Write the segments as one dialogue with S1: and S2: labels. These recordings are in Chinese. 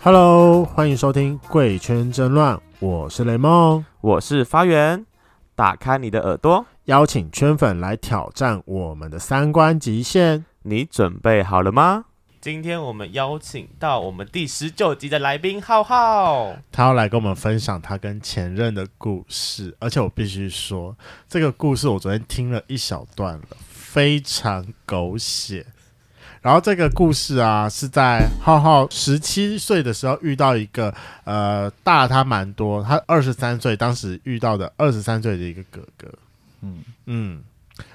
S1: Hello，欢迎收听《贵圈争乱》，我是雷梦，
S2: 我是发源，打开你的耳朵，
S1: 邀请圈粉来挑战我们的三观极限。
S2: 你准备好了吗？今天我们邀请到我们第十九集的来宾浩浩，
S1: 他要来跟我们分享他跟前任的故事，而且我必须说，这个故事我昨天听了一小段了，非常狗血。然后这个故事啊，是在浩浩十七岁的时候遇到一个呃大他蛮多，他二十三岁，当时遇到的二十三岁的一个哥哥，嗯
S3: 嗯
S1: 嗯，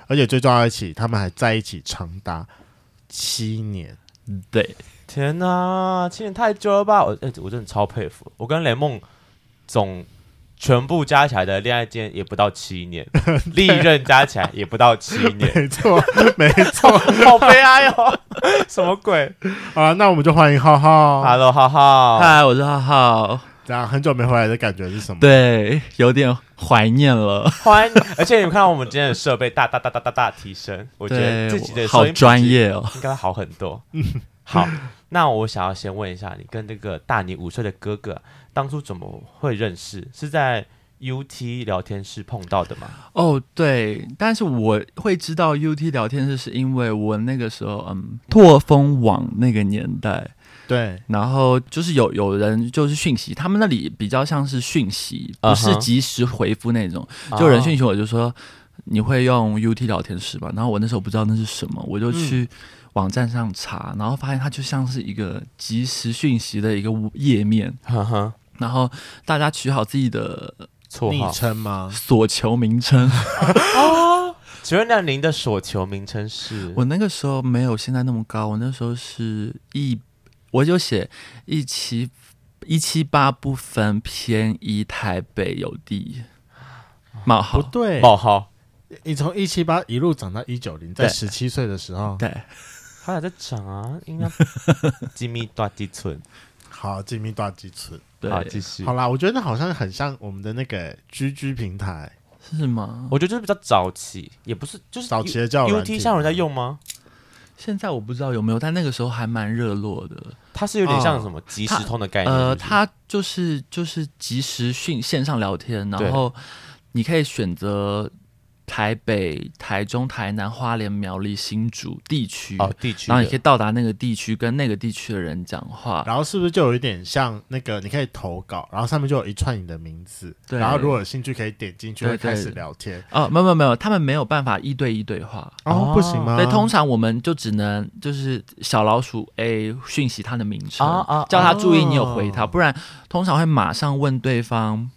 S1: 而且最重要一起，他们还在一起长达七年。
S3: 对，
S2: 天哪，七年太久了吧？我、哎我真的超佩服，我跟雷梦总全部加起来的恋爱经验也不到七年，历任加起来也不到七年，
S1: 没错，没错。
S2: 好悲哀哦，什么鬼
S1: 好了，那我们就欢迎浩浩。
S2: ？Hello，浩浩，
S3: 嗨，我是浩浩。
S1: 这样很久没回来的感觉是什么？
S3: 对，有点怀念了。
S2: 欢，而且你们看到我们今天的设备大大大大大大提升，我觉
S3: 对
S2: 得自己的，收
S3: 好
S2: 音品
S3: 专
S2: 质
S3: 业哦。
S2: 应该会好很多。好，那我想要先问一下，你跟这个大你五岁的哥哥当初怎么会认识？是在 UT 聊天室碰到的吗？
S3: 哦，对，但是我会知道 UT 聊天室，是因为我那个时候，嗯，拓风网那个年代，
S1: 对，
S3: 然后就是有有人就是讯息，他们那里比较像是讯息，不
S2: 啊
S3: 是
S2: 哈
S3: 及时回复那种。 就有人讯息我就说你会用 UT 聊天室吧？然后我那时候不知道那是什么，我就去网站上查，然后发现它就像是一个即时讯息的一个页面，
S2: 哦，呵呵，
S3: 然后大家取好自己的
S2: 绰
S1: 昵
S2: 号。
S1: 称吗？
S3: 所求名称。
S2: 请问那您的所求名称是？
S3: 我那个时候没有现在那么高，我那时候是一，我就写一七一七八不分偏一台北有地冒
S1: 不
S3: 号。
S1: 对，
S2: 冒号，
S1: 你从一七八一路长到一九零，在
S3: 对
S1: 十七岁的时候，
S3: 对，
S2: 他俩在长啊，应 该吉米大地村。
S1: 好，精密大鸡翅。
S3: 对，
S2: 好，继续
S1: 好。啦，我觉得好像很像我们的那个 GG 平台
S3: 是吗？
S2: 我觉得就是比较早期，也不是，就是
S1: 早
S2: U-
S1: 期的交友软
S2: UT
S1: 体
S2: 现在有人在用吗？
S3: 现在我不知道有没有，但那个时候还蛮热络的。
S2: 它是有点像
S1: 哦
S2: 什么即时通的概念？
S3: 呃，
S2: 是不是
S3: 它就是就是即时讯线上聊天，
S2: 对
S3: 然后你可以选择台北、台中、台南、花莲、苗栗、新竹地区，
S2: 哦地区的，
S3: 然后你可以到达那个地区，跟那个地区的人讲话。
S1: 然后是不是就有一点像那个？你可以投稿，然后上面就有一串你的名字，
S3: 对
S1: 然后如果有兴趣可以点进去，
S3: 对
S1: 会开始
S3: 对
S1: 聊天。
S3: 哦，没有没有没有，他们没有办法一对一对话。
S1: 哦
S2: 哦，
S1: 不行吗？
S3: 对，通常我们就只能就是小老鼠 A 讯息他的名称，
S2: 啊啊
S3: 叫他注意你有回他，
S1: 哦
S3: 不然通常会马上问对方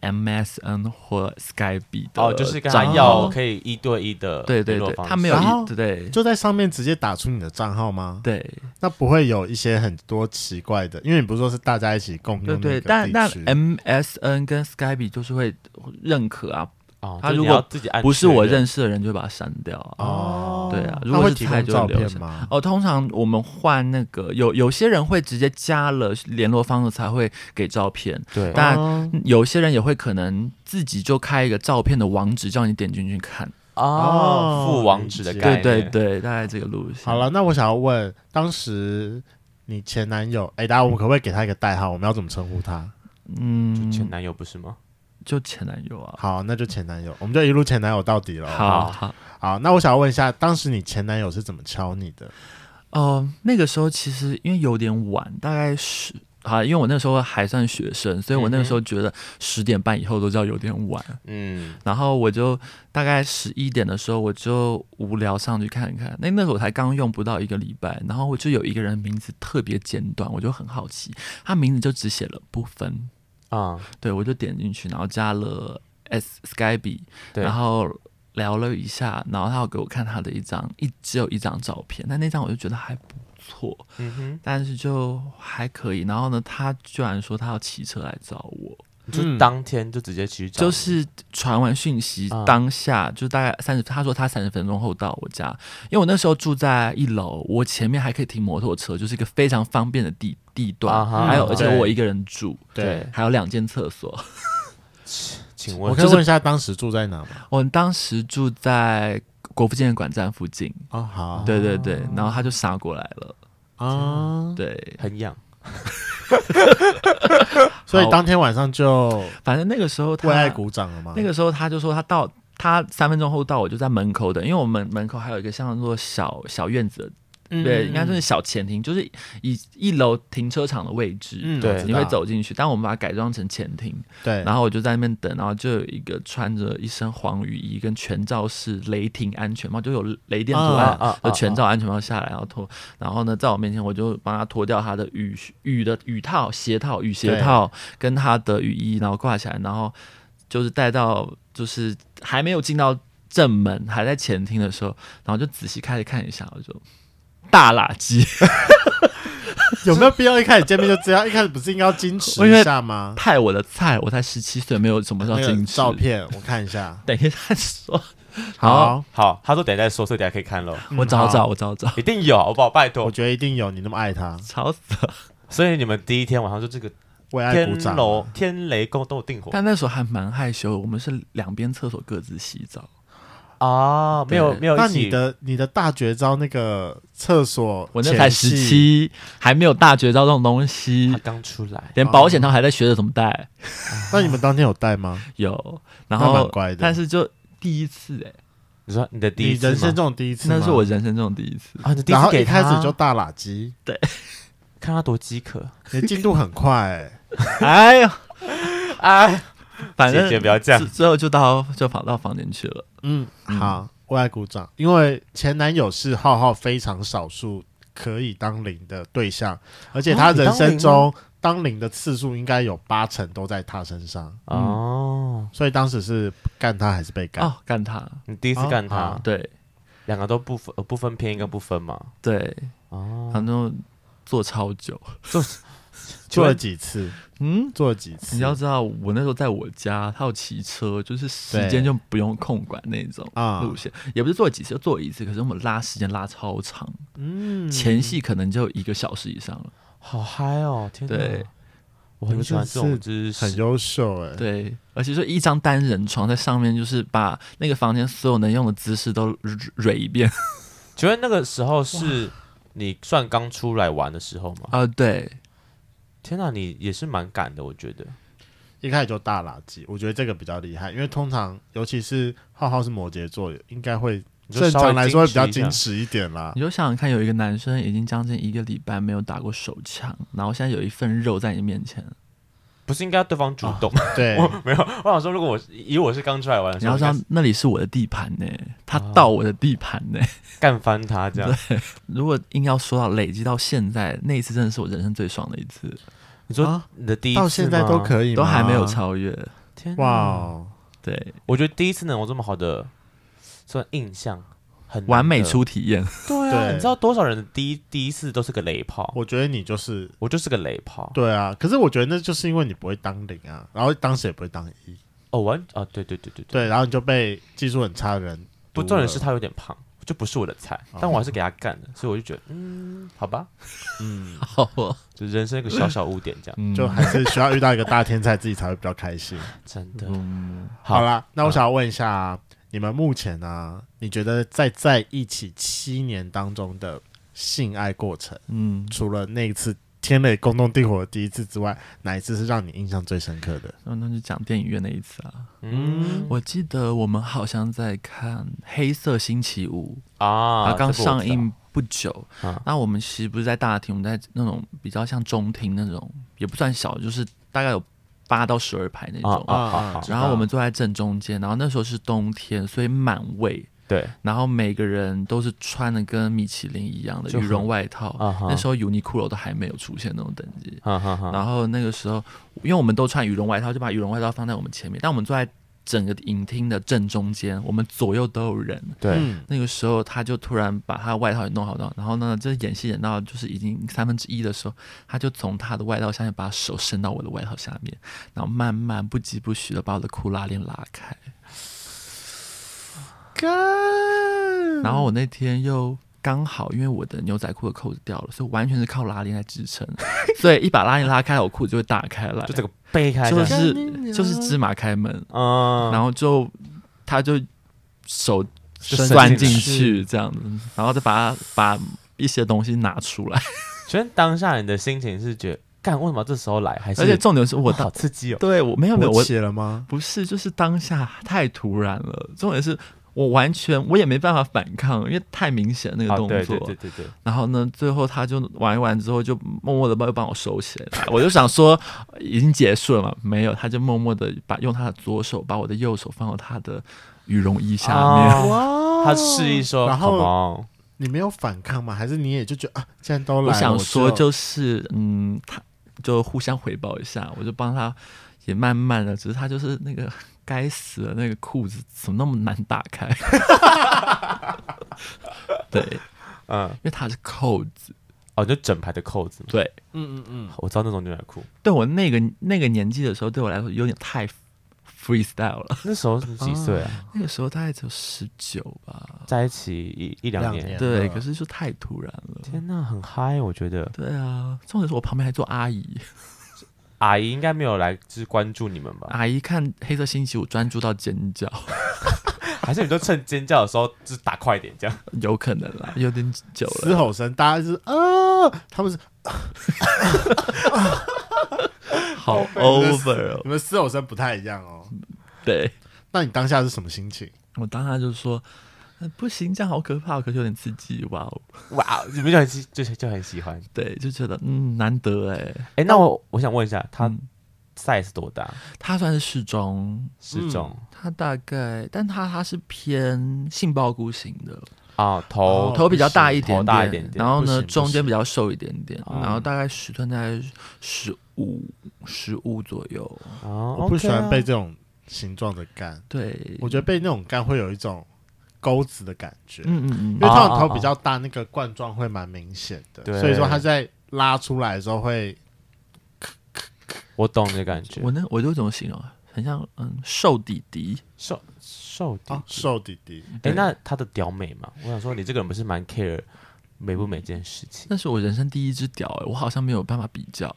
S3: MSN 或 Skype 的
S2: 哦，就是跟他
S3: 账
S2: 要
S3: 号
S2: 可以一对一的
S3: 对
S2: 联
S3: 对
S2: 络
S3: 对
S2: 方，式
S3: 他没有
S1: 然后
S3: 一对
S1: 就在上面直接打出你的账号吗？
S3: 对
S1: 那不会有一些很多奇怪的，因为你不是说是大家一起共用
S3: 对
S1: 那
S3: 对，
S1: 个
S3: 但
S1: 地
S3: 但
S1: 区
S3: MSN 跟 Skype 就是会认可啊，
S2: 哦，
S3: 他
S2: 就是
S3: 如
S2: 你
S3: 果
S2: 要自己按
S3: 不是我
S2: 确认
S3: 认识的人就会把它删掉啊。
S1: 哦
S3: 对啊如
S1: 他
S3: 果
S1: 会
S3: 是
S1: 提
S3: 菜
S1: 供
S3: 就
S1: 照
S3: 留
S1: 片
S3: 下
S1: 吗？
S3: 哦，通常我们换那个有有些人会直接加了联络方式才会给照片，
S2: 对
S3: 但
S1: 哦
S3: 有些人也会可能自己就开一个照片的网址，叫你点进去看。
S2: 哦父王子的
S1: 理解
S2: 概
S3: 对
S2: 念，
S3: 对对，大概这个路线。
S1: 好，了，那我想要问，当时你前男友，哎，大家我们可不可以给他一个代号？我们要怎么称呼他？
S2: 就
S3: 嗯，
S2: 前男友不是吗？
S3: 就前男友啊。
S1: 好，那就前男友，我们就一路前男友到底了。
S3: 好
S2: 好
S3: 好
S1: 好，那我想要问一下，当时你前男友是怎么敲你的？
S3: 哦，那个时候其实因为有点晚，大概十啊，因为我那个时候还算学生，所以我那个时候觉得十点半以后都叫有点晚。
S2: 嗯，
S3: 然后我就大概十一点的时候，我就无聊上去看一看。那那时候我才刚用不到一个礼拜，然后我就有一个人名字特别简短，我就很好奇，他名字就只写了不分，
S2: 啊，
S3: 对我就点进去，然后加了 S Skype，
S2: 对
S3: 然后聊了一下，然后他有给我看他的一张，一只有一张照片，但那张我就觉得还不错，
S2: 嗯哼，
S3: 但是就还可以。然后呢，他居然说他要骑车来找我，
S2: 你就当天就直接去找，
S3: 嗯就是传完讯息
S2: 啊
S3: 当下，就大概三十，他说他三十分钟后到我家，因为我那时候住在一楼，我前面还可以停摩托车，就是一个非常方便的地地段，
S2: 啊哈
S3: 还有
S1: 嗯
S3: 而且
S1: 对
S3: 我一个人住，
S2: 对，
S3: 还有两间厕所。
S2: 请
S1: 我
S2: 问
S1: 可以问一下当时住在哪吗？
S3: 我当时住在国父纪念馆站附近，
S1: 哦，好，
S3: 对对对，然后他就杀过来了，
S1: 啊，
S3: 对，
S2: 很痒，
S1: 所以当天晚上就
S3: 反正那个时候他
S1: 为爱鼓掌
S2: 啊
S1: 了吗？
S3: 那个时候他就说他到他三分钟后到，我就在门口等，因为我们门口还有一个像做小小院子的，
S1: 嗯
S3: 对，应该算是小前厅，就是以一楼停车场的位置。
S1: 嗯，
S2: 对
S1: 我知道
S3: 你会走进去，但我们把它改装成前厅，
S1: 对，
S3: 然后我就在那边等，然后就有一个穿着一身黄雨衣跟全罩式雷霆安全帽，就有雷电图
S1: 哦
S3: 案
S2: 啊啊啊
S3: 就全罩安全帽下来，然后脱，然后呢，在我面前我就帮他脱掉他的雨雨的雨套、鞋套、雨鞋套跟他的雨衣，然后挂起来，然后就是带到就是还没有进到正门，还在前厅的时候，然后就仔细开始看一下，我就大垃圾，
S1: 有没有必要一开始见面就这样？一开始不是应该要矜持
S3: 我以为
S1: 一下吗？
S3: 太我的菜，我才十七岁，没有什么叫
S1: 那个
S3: 矜持。
S1: 照片我看一下，
S3: 等一下 说，
S1: 好，
S2: 好，他说等一下再说，所以等一下可以看咯。
S1: 嗯
S3: 我找找，，
S1: 好
S3: 我找找。
S2: 一定有，好不好？拜
S1: 我
S2: 托。
S1: 觉得一定有你那么爱他，
S3: 吵死了！
S2: 所以你们第一天晚上就这个
S1: 为爱鼓
S2: 天
S1: 掌。啊
S2: 楼天雷勾动定火
S3: 但那时候还蛮害羞，我们是两边厕所各自洗澡。
S2: 啊，没有
S3: 对
S2: 没有
S1: 那
S2: 一起。
S1: 你的你的大绝招那个厕所，
S3: 我那才十，七，还没有大绝招这种东西
S2: 他，刚出来，
S3: 连保险套还在学着怎么戴。
S1: 那你们当天有带吗？
S3: 有，然
S1: 那
S3: 后
S1: 蛮乖的
S3: 但是就第一次哎、
S2: 你说你的第
S1: 你
S2: 一次
S1: 人生
S2: 吗
S1: 中的第一次吗，
S3: 那是我人生中的第一次。
S2: 啊，你第一
S1: 然
S2: 次
S1: 后
S2: 给
S1: 一开
S2: 他
S1: 始就大垃圾，
S2: 看他多饥渴。
S1: 你的进度很快欸，
S3: 哎呀，
S2: 哎，
S3: 反正
S2: 姐姐不要这样
S3: 之之后就到就跑到房间去了。
S1: 嗯，好，为爱鼓掌，因为前男友是浩浩非常少数可以当零的对象，而且他
S2: 哦你
S1: 人
S2: 当
S1: 生
S2: 零
S1: 中当零的次数应该有八成都在他身上，
S2: 哦，
S1: 所以当时是干他还是被干？
S3: 哦，干他！
S2: 你第一次
S1: 啊
S2: 干他
S1: 啊，
S3: 对
S2: 两个都不分呃不分偏一个不分嘛。
S3: 对，
S2: 哦，
S1: 嗯
S3: 然后做超久。
S1: 做了几次？
S3: 嗯，
S1: 做了几次？
S3: 你要知道，我那时候在我家，他有骑车，就是时
S1: 对
S3: 间就不用控管那种。
S1: 啊，
S3: 路线，也不是做几次，就做一次。可是我们拉时间拉超长，
S1: 嗯
S3: 前戏可能就一个小时以上了。
S2: 好嗨哦！天哪
S3: 对，
S2: 我很喜欢这
S1: 你
S2: 种
S1: 们
S2: 就是
S1: 很优秀哎、
S3: 对，而且说一张单人床在上面，就是把那个房间所有能用的姿势都蕊一遍。
S2: 请问那个时候是你算刚出来玩的时候吗？
S3: 啊，对，
S2: 天哪、你也是蛮赶的，我觉得。
S1: 一开始就大垃圾，我觉得这个比较厉害，因为通常尤其是浩浩是摩羯座，应该会
S2: 你就
S1: 正
S2: 稍微
S1: 常来说会比较
S2: 矜
S1: 矜
S2: 持
S1: 持一点啦
S3: 你。就想想看，有一个男生已经将近一个礼拜没有打过手枪，然后现在有一份肉在你面前，
S2: 一下，不是应该对方主动？
S1: 对，
S2: 我 没有，我想说，如果我是以我是刚出来玩的
S3: 你
S2: 时
S3: 要
S2: 候，
S3: 知道
S2: 我应该
S3: 那里是我的地盘呢，他
S2: 哦
S3: 到我的地盘呢。
S2: 是干翻他这样。
S3: 如果硬要说到累积到现在，那一次真的是我人生最爽的一次，
S2: 你说
S1: 啊
S2: 你的第一次、
S1: 到现在都。可以吗，
S3: 都还没有超越。
S2: 天哪
S1: 哇、哦，
S3: 对，
S2: 我觉得第一次能有这么好的算印象，很难
S3: 完美
S2: 得
S3: 初体验。
S2: 对啊，
S1: 对
S2: 你知道多少人的第一第一次都是个雷炮，我
S1: 我觉得你就是
S2: 我就是个雷炮。
S1: 对啊，可是我觉得那就是因为你不会当零啊，然后当时也不会当一，
S2: 哦，完啊，对对对对对，
S1: 对，然后你就被技术很差的人
S2: 不，
S1: 堵
S2: 重点
S1: 了
S2: 是他有点胖，就不是我的菜，
S3: 啊
S2: 但我还是给他干的，所以我就觉得，嗯，好吧，
S1: 嗯，
S3: 好哦，
S2: 就人生一个小小污点这样，
S3: 嗯
S1: 就还是需要遇到一个大天才，自己才会比较开心。
S2: 真的。
S3: 嗯，
S1: 好
S2: 好
S1: 啦，那我想要问一下、你们目前呢、你觉得在在一起七年当中的性爱过程，
S3: 嗯，
S1: 除了那一次天雷公动地火的第一次之外，哪一次是让你印象最深刻的？
S3: 那那就讲电影院那一次啊。
S2: 嗯
S3: 我记得我们好像在看《黑色星期五》，
S2: 啊
S3: 它刚
S2: 这个我
S3: 上
S2: 知道
S3: 映不久
S2: 啊。
S3: 那我们其实不是在大厅，我们在那种比较像中厅那种，也不算小，就是大概有八到十二排那
S2: 啊啊
S3: 种。
S2: 啊啊！
S3: 然后我们坐在正中间，然后那时候是冬天，所以满位，
S2: 对
S3: 然后每个人都是穿的跟米其林一样的
S2: 就
S3: 羽
S2: 很
S3: 绒外套。
S2: 啊哈啊
S3: 那时候 Uniqlo 都还没有出现那种等级，
S2: 哈哈哈，
S3: 然后那个时候，因为我们都穿羽绒外套，就把羽绒外套放在我们前面，但我们坐在整个影厅的正中间，我们左右都有人。
S2: 对，
S1: 嗯，
S3: 那个时候，他就突然把他的外套也弄好了，然后呢，这演戏演到就是已经三分之一的时候，他就从他的外套下面把手伸到我的外套下面，然后慢慢不疾不徐的把我的裤拉链拉开。然后我那天又刚好因为我的牛仔裤的扣子掉了，所以完全是靠拉链来支撑，所以一把拉链拉开，我裤子就会打开来，
S2: 就这个背开
S3: 就
S2: 的，
S3: 是就是芝麻开门，
S2: 嗯，
S3: 然后就他就手
S2: 就伸
S3: 钻
S2: 进
S3: 进
S2: 去
S3: 去这样子，然后再把它把一些东西拿出来，
S2: 请问当下你的心情是觉得干为什么这时候来？还是
S3: 而且重点是我
S2: 我
S3: 当
S2: 好刺激哦？
S3: 对我没有没有我
S1: 我写了吗？
S3: 不是，就是当下太突然了。重点是我完全我也没办法反抗，因为太明显那个
S2: 啊
S3: 动作。
S2: 对对对对对，
S3: 然后呢，最后他就玩一玩之后，就默默的帮又帮我收起来。我就想说已经结束了嘛，没有，他就默默的把用他的左手把我的右手放到他的羽绒衣下面。
S2: 哦
S1: 哇
S2: 他示意说，
S1: 然后
S2: Come on
S1: 你没有反抗吗？还是你也就觉得啊，既然都来
S3: 我
S1: 了，
S3: 想说
S1: 我
S3: 就是，嗯，他就互相回报一下，我就帮他也慢慢的，只是他就是那个该死的那个裤子怎么那么难打开？ 对，因
S2: 嗯，
S3: 为它是扣子，
S2: 哦，就整排的扣子嘛，
S3: 对，
S1: 嗯嗯嗯，
S2: 我知道那种牛仔裤，
S3: 对我那个那个年纪的时候，对我来说有点太 freestyle 了。
S2: 那时候是几岁 啊？
S3: 那个时候大概只有十九吧，
S2: 在一起一一两
S1: 两嗯
S2: 年，
S3: 对，可是就太突然了。
S2: 天呐，很嗨，我觉得
S3: 对啊，重点是我旁边还坐阿姨，
S2: 阿姨应该没有来就是关注你们吧？
S1: 啊
S3: 阿姨看黑色星期五专注到尖叫，
S2: 还是你就趁尖叫的时候就是打快点 这样？
S3: 有可能啦，有点久了。
S1: 嘶吼声，大家是啊，他们是
S3: 好
S1: 我们
S3: over 哦。
S1: 你们嘶吼声不太一样哦。
S3: 对，
S1: 那你当下是什么心情？
S3: 我当下就说、呃不行，这样好可怕，可是有点刺激，哇哦，
S2: 哇，你们就很喜就就很喜欢。
S3: 对，就觉得嗯难得哎。
S2: 哎，那我我想问一下，他
S3: 嗯
S2: size 多大？
S3: 他算是适中，
S2: 适中
S1: 嗯
S3: 他大概，但他他是偏杏鲍菇型的，
S2: 啊，头
S1: 哦
S3: 头比较大一
S2: 头
S3: 点
S2: 大一点点
S3: 然后
S1: 不
S3: 呢
S1: 行不
S3: 中间
S1: 行
S3: 比较瘦一点点，
S2: 哦
S3: 然后大概尺寸大概十五十五左右。
S2: 哦
S1: 我不喜欢
S2: OK 啊
S1: 被这种形状的干，
S3: 对，
S1: 我觉得被那种干会有一种钩子的感觉，
S3: 嗯嗯
S1: 因为
S3: 嗯，
S1: 通常头比较大，那个冠状会蛮明显的，
S2: 哦对
S1: 所以说它在拉出来的时候会
S2: 我懂你的感觉
S3: 我。那我就怎么形容啊？很像嗯瘦弟弟，
S2: 瘦瘦的，
S1: 啊瘦弟弟。
S2: 哎、
S3: 对
S2: 那他的屌美嘛？我想说，你这个人不是蛮 care 美不美这件事情
S3: 那是我人生第一只屌、欸，我好像没有办法比较。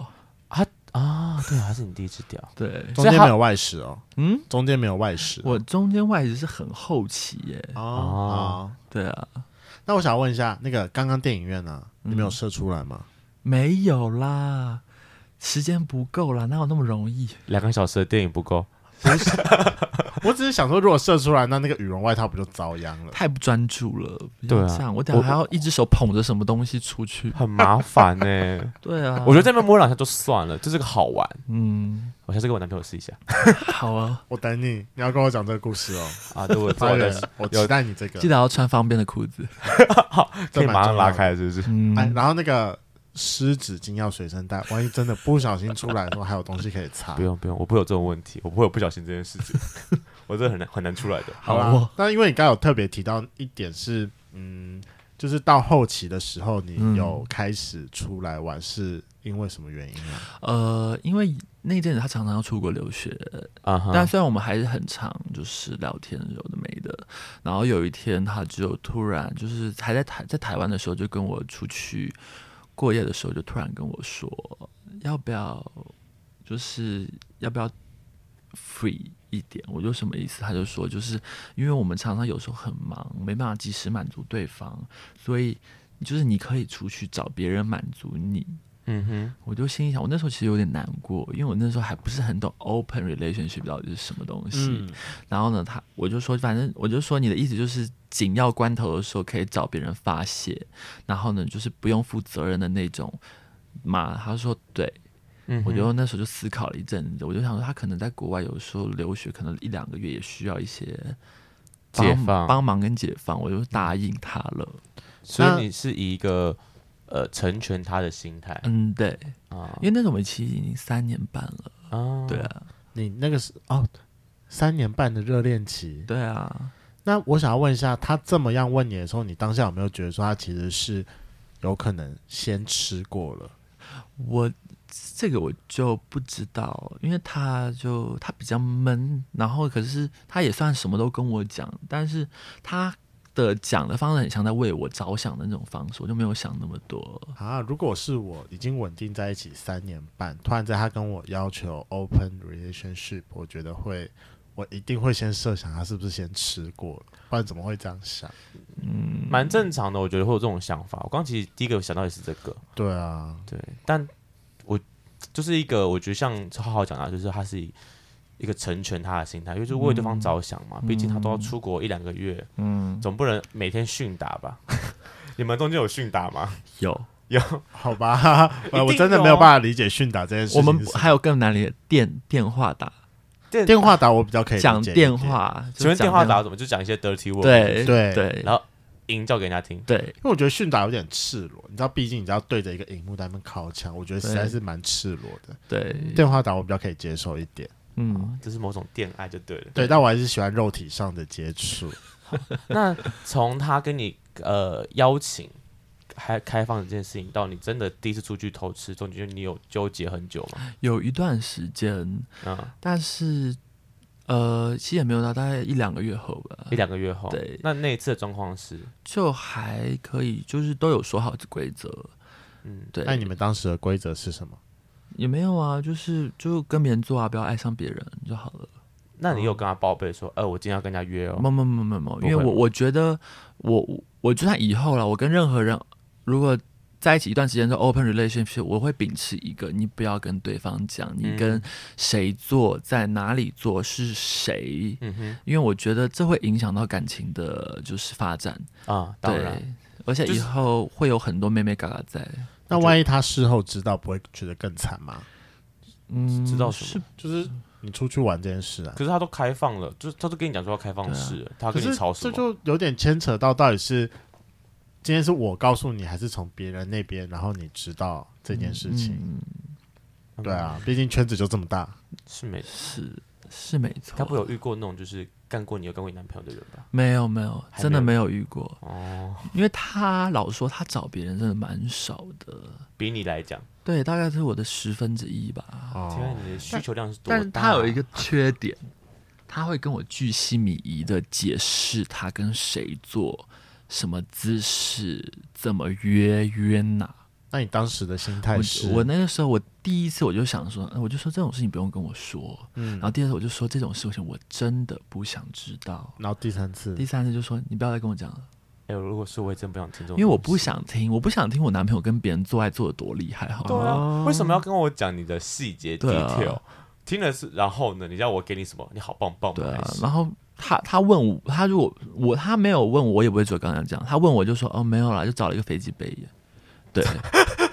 S2: 啊？对，还是你第一只屌，
S3: 对，
S1: 中
S2: 以
S1: 间
S2: 它
S1: 没有外食哦，
S3: 嗯，
S1: 中间没有外
S2: 啊
S1: 食
S3: 我中间外食是很后期耶、
S1: 哦
S2: 哦
S1: 哦。
S3: 对啊，
S1: 那我想问一下，那个刚刚电影院呢，你们有
S3: 嗯
S1: 射出来吗？
S3: 没有啦，时间不够啦，哪有那么容易？
S2: 两个小时的电影不够，
S1: 我只是想说，如果射出来，那那个羽绒外套不就遭殃了？
S3: 太不专注了，不
S2: 对
S3: 要
S2: 啊
S3: 这样，我等下还要一只手捧着什么东西出去。
S2: 很麻烦呢、
S3: 对啊，
S2: 我觉得在那边摸两下就算了，就是个好玩。
S3: 嗯，
S2: 我下次跟我男朋友试一下
S3: 好 啊，
S1: 我等你，你要跟我讲这个故事哦。
S2: 啊，对我知
S1: 发
S2: 道
S1: 人
S2: 的，，
S1: 我
S2: 有
S1: 期待你这个
S2: 啊
S3: 记。得要穿方便的裤子。
S2: 可以
S1: 这蛮
S2: 马上
S1: 重要
S2: 拉
S1: 的
S2: 开，是不是？
S3: 嗯，
S1: 哎，然后那个湿纸巾要随身带，万一真的不小心出来的时候，还有东西可以擦
S2: 不。用不用，我不会有这种问题，我不会有不小心这件事情， 我真的很难很难出来的。
S1: 好
S3: 好
S1: 啦
S3: 哦，
S1: 那因为你刚刚有特别提到一点是，嗯，就是到后期的时候，你
S3: 嗯
S1: 有开始出来玩，是因为什么原因啊？
S3: 呃，因为那阵子他常常要出国留学，
S2: 啊哈、
S3: 但虽然我们还是很常就是聊天有的没的，然后有一天他就突然就是还在台在台湾的时候就跟我出去过夜的时候就突然跟我说要不要就是要不要 free 一点，我就什么意思？他就说就是因为我们常常有时候很忙，没办法及时满足对方，所以就是你可以出去找别人满足你，
S2: 嗯哼，
S3: 我就心里想，我那时候其实有点难过，因为我那时候还不是很懂 open relationship 到底是什么东西。
S1: 嗯，
S3: 然后呢，他我就说，反正我就说你的意思就是紧要关头的时候可以找别人发泄，然后呢，就是不用负责任的那种嘛。他说对，
S2: 嗯哼
S3: 我就那时候就思考了一阵子，我就想说他可能在国外有时候留学，可能一两个月也需要一些帮
S2: 解放
S3: 帮忙跟解放，我就答应他了。
S2: 所
S1: 那
S2: 以你是以一个呃成全他的心态
S3: 嗯，对，
S2: 啊
S3: 因为那时候我们其实已经三年半了，
S2: 啊
S3: 对啊，
S1: 你那个是哦，三年半的热恋期。
S3: 对啊，
S1: 那我想要问一下，他这么样问你的时候，你当下有没有觉得说他其实是有可能先吃过了？
S3: 我这个我就不知道，因为他就他比较闷，然后可是他也算什么都跟我讲，但是他的讲的方式很像在为我着想的那种方式，我就没有想那么多。
S1: 啊，如果是我已经稳定在一起三年半，突然在他跟我要求 open relationship，我觉得会我一定会先设想他是不是先吃过了，不然怎么会这样想？
S2: 蛮正常的，我觉得会有这种想法。我刚其实第一个想到也是这个，
S1: 对啊，
S2: 对，但我就是一个，我觉得像浩浩讲的，啊就是他是一一个成全他的心态，因为就是为对方着想嘛，毕竟他都要出国一两个月，
S3: 嗯，
S2: 总不能每天训打吧？ 你们中间有训打吗？
S3: 有。
S2: 有，
S1: 好 吧，呃
S2: 定有
S1: 我真的没有办法理解训打这件事
S3: 哦我
S1: 情是什么。
S3: 们还有更难理的电电话打，
S1: 电话打我比较可以理解
S3: 讲
S1: 一点
S3: 电，话，
S2: 请问
S3: 就讲
S2: 电话打怎么？就讲一些 dirty word，，
S3: 对
S1: 对
S3: 对
S2: 然后音叫给人家听。
S3: 对，
S1: 因为我觉得训打有点赤裸，你知道，毕竟你知道对着一个荧幕在那边靠墙，我觉得实在
S3: 对
S1: 是蛮赤裸的。
S3: 对，
S1: 电话打我比较可以接受一点，
S3: 嗯，
S2: 这是某种恋爱就对了。
S1: 对，但我还是喜欢肉体上的接触。
S2: 那从他跟你呃邀请还开放这件事情，到你真的第一次出去偷吃，中间你有纠结很久吗？
S3: 有一段时间，
S2: 啊，
S3: 但是呃，其实也没有到，大概一两个月后吧
S2: 一，两个月后。
S3: 呃对
S2: 那那一次的状况是，
S3: 就还可以，就是都有说好的规则，
S2: 嗯，
S3: 对，
S1: 那你们当时的规则是什么？
S3: 也没有啊，就是就跟别人做啊，不要爱上别人就好了。
S2: 那你有跟他报备说，
S3: 嗯
S2: 呃，我今天要跟人家约
S3: 没
S2: 哦。
S3: 没没没没，因为
S2: 不会
S3: 我
S2: 吗
S3: 我觉得我我就算以后了，我跟任何人如果在一起一段时间之后 open relationship，我会秉持一个你不要跟对方讲你
S2: 嗯
S3: 跟谁做，在哪里做，是谁，
S2: 嗯哼，
S3: 因为我觉得这会影响到感情的，就是发展。
S2: 啊，当
S3: 对
S2: 然，，
S3: 而且
S2: 就是
S3: 以后会有很多妹妹嘎嘎在，
S1: 那万一他事后知道，不会觉得更惨吗？
S3: 嗯，
S2: 知道什
S3: 是
S2: 么？
S1: 就是你出去玩这件事啊，
S2: 可是他都开放了，就是他都跟你讲说要开放式了，他
S3: 啊
S1: 可
S2: 跟你
S1: 是
S2: 吵
S1: 这
S2: 什么？
S1: 就有点牵扯到到底是今天是我告诉你，还是从别人那边，然后你知道这件事情？
S3: 嗯、
S2: 嗯
S1: 对，啊，毕竟圈子就这么大。
S2: 是没，
S3: 是是没错。
S2: 他不会有遇过那种就是干过你有干过你男朋友的人吧？
S3: 没有没有，
S2: 还
S3: 真的
S2: 没
S3: 没有遇过，
S2: 哦，
S3: 因为他老说他找别人真的蛮少的，
S2: 比你来讲，
S3: 对，大概是我的十分之一吧。
S1: 哦
S2: 天啊，你的需求量是多大啊？
S3: 但是他有一个缺点，他会跟我巨细靡遗的解释他跟谁做什么姿势，怎么约约哪。
S1: 那你当时的心态是？
S3: 我我那个时候，我第一次我就想说，呃我就说这种事情不用跟我说。
S1: 嗯
S3: 然后第二次我就说这种事情我真的不想知道。
S1: 然后第三次
S3: 第三次就说你不要再跟我讲了，
S2: 哎、如果是我也真不想听这种东
S3: 因
S2: 西，
S3: 为我不想听，我不想听我男朋友跟别人做爱做的多厉害，好
S2: 对
S3: 吗？
S2: 啊，为什么要跟我讲你的细节
S3: 对啊
S2: detail？、听了是，然后呢？你要我给你什么？你好棒棒吗，
S3: 对
S2: 还
S3: 啊，
S2: 是
S3: 然后他他问我，他如果我他没有问我，我也不会主动跟他讲。他问我就说哦没有啦，就找了一个飞机杯耶。对，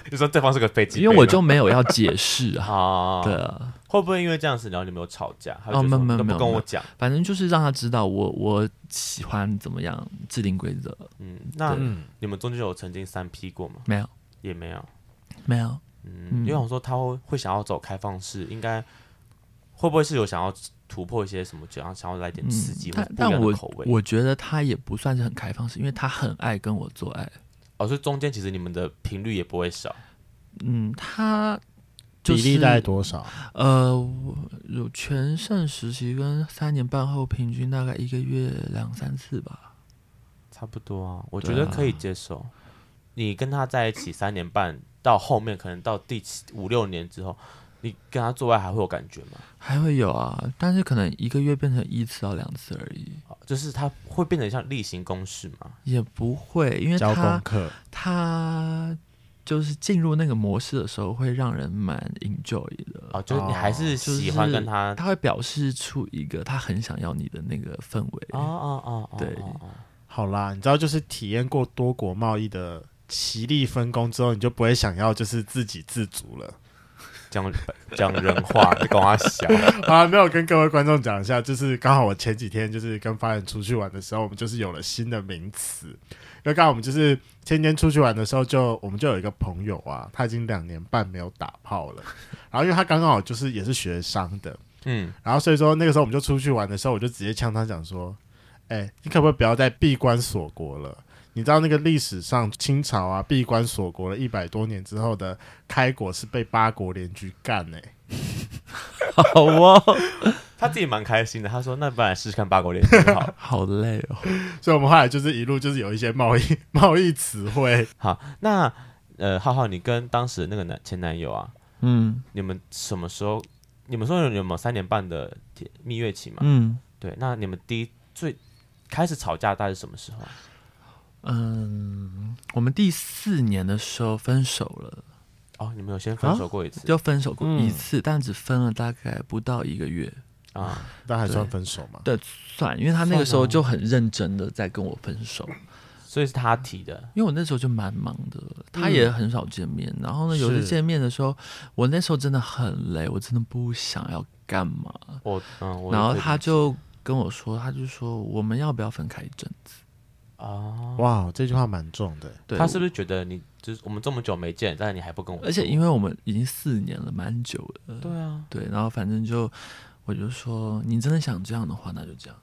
S2: 就说对方是个飞机杯了，
S3: 因为我就没有要解释啊。
S2: 啊，
S3: 对，啊，
S2: 会不会因为这样子，然后你们有吵架？他就
S3: 哦
S2: 觉得说
S3: 没
S2: 你
S3: 有没有
S2: 都
S3: 没
S2: 不
S3: 有
S2: 跟
S3: 没
S2: 我
S3: 有
S2: 讲，
S3: 反正就是让他知道我我喜欢怎么样制定规则。
S2: 嗯，那
S3: 对
S1: 嗯，
S2: 你们中间有曾经三 P 过吗？
S3: 没有
S2: 也没有，
S3: 没有，
S2: 嗯，
S3: 嗯
S2: 因为我说他会会想要走开放式，应该会不会是有想要突破一些什么，想要想要来点刺激、或
S3: 但
S2: 者不一
S3: 但
S2: 样的
S3: 我
S2: 口味？
S3: 我觉得他也不算是很开放式，因为他很爱跟我做爱。
S2: 哦，所以中间其实你们的频率也不会少，
S3: 嗯，他就
S1: 比
S3: 是
S1: 例大概多少？
S3: 呃，我有全盛时期跟三年半后平均大概一个月两三次吧。
S2: 差不多啊，我觉
S3: 对
S2: 得
S3: 啊
S2: 可以接受。你跟他在一起三年半，到后面可能到第七五六年之后，你跟他做爱还会有感觉吗？
S3: 还会有啊，但是可能一个月变成一次到两次而已，
S2: 哦就是他会变成像例行公事吗？
S3: 也不会，因为
S1: 交功
S3: 他
S1: 课
S3: 他就是进入那个模式的时候，会让人蛮 enjoy 的。
S2: 哦，就是你还是
S3: 就是
S2: 喜欢跟他。
S3: 他会表示出一个他很想要你的那个氛围。
S2: 哦哦哦，哦
S3: 对
S2: 哦哦
S1: 好啦，你知道，就是体验过多国贸易的其利分工之后，你就不会想要就是自给自足了。
S2: 讲讲人话，你跟我小，
S1: 啊，没有跟各位观众讲一下，就是刚好我前几天就是跟发人出去玩的时候，我们就是有了新的名词。因为刚好我们就是前天出去玩的时候就，我们就有一个朋友啊，他已经两年半没有打炮了，然后因为他刚好就是也是学商的，
S2: 嗯，
S1: 然后所以说那个时候我们就出去玩的时候，我就直接呛他讲说：“哎、你可不可以不要再闭关锁国了？你知道那个历史上清朝啊闭关锁国了一百多年之后的开国是被八国联军干哎、
S3: 好哦，
S2: 他自己蛮开心的。他说：“那不然试试看八国联军好了。
S3: 好累哦。
S1: 所以我们后来就是一路就是有一些贸易 贸易词汇，
S2: 好，那呃，浩浩，你跟当时的那个男前男友啊，
S3: 嗯，
S2: 你们什么时候？你们说有没有三年半的天蜜月期嘛。
S3: 嗯
S2: 对，那你们第一最开始吵架大概是什么时候？啊
S3: 嗯，我们第四年的时候分手了，
S2: 哦，你们有先分手过一次
S3: 啊就分手过一
S1: 嗯
S3: 次，但只分了大概不到一个月。
S2: 啊？
S1: 但还算分手嘛？
S3: 对，算，因为他那个时候
S2: 算啊
S3: 就很认真的在跟我分手，
S2: 所以是他提的，
S3: 因为我那时候就蛮忙的，他也很少见面。然后呢，有时
S1: 是
S3: 见面的时候，我那时候真的很累，我真的不想要干嘛。
S2: 我嗯，我
S3: 然后
S2: 也觉得
S3: 他就跟我说，他就说我们要不要分开一阵子？
S2: 啊，
S1: 哇，这句话蛮重的。
S3: 对，
S2: 他是不是觉得你就是我们这么久没见，但是你还不跟我？
S3: 而且因为我们已经四年了，蛮久了。
S2: 对啊，
S3: 对，然后反正就我就说，你真的想这样的话，那就这样。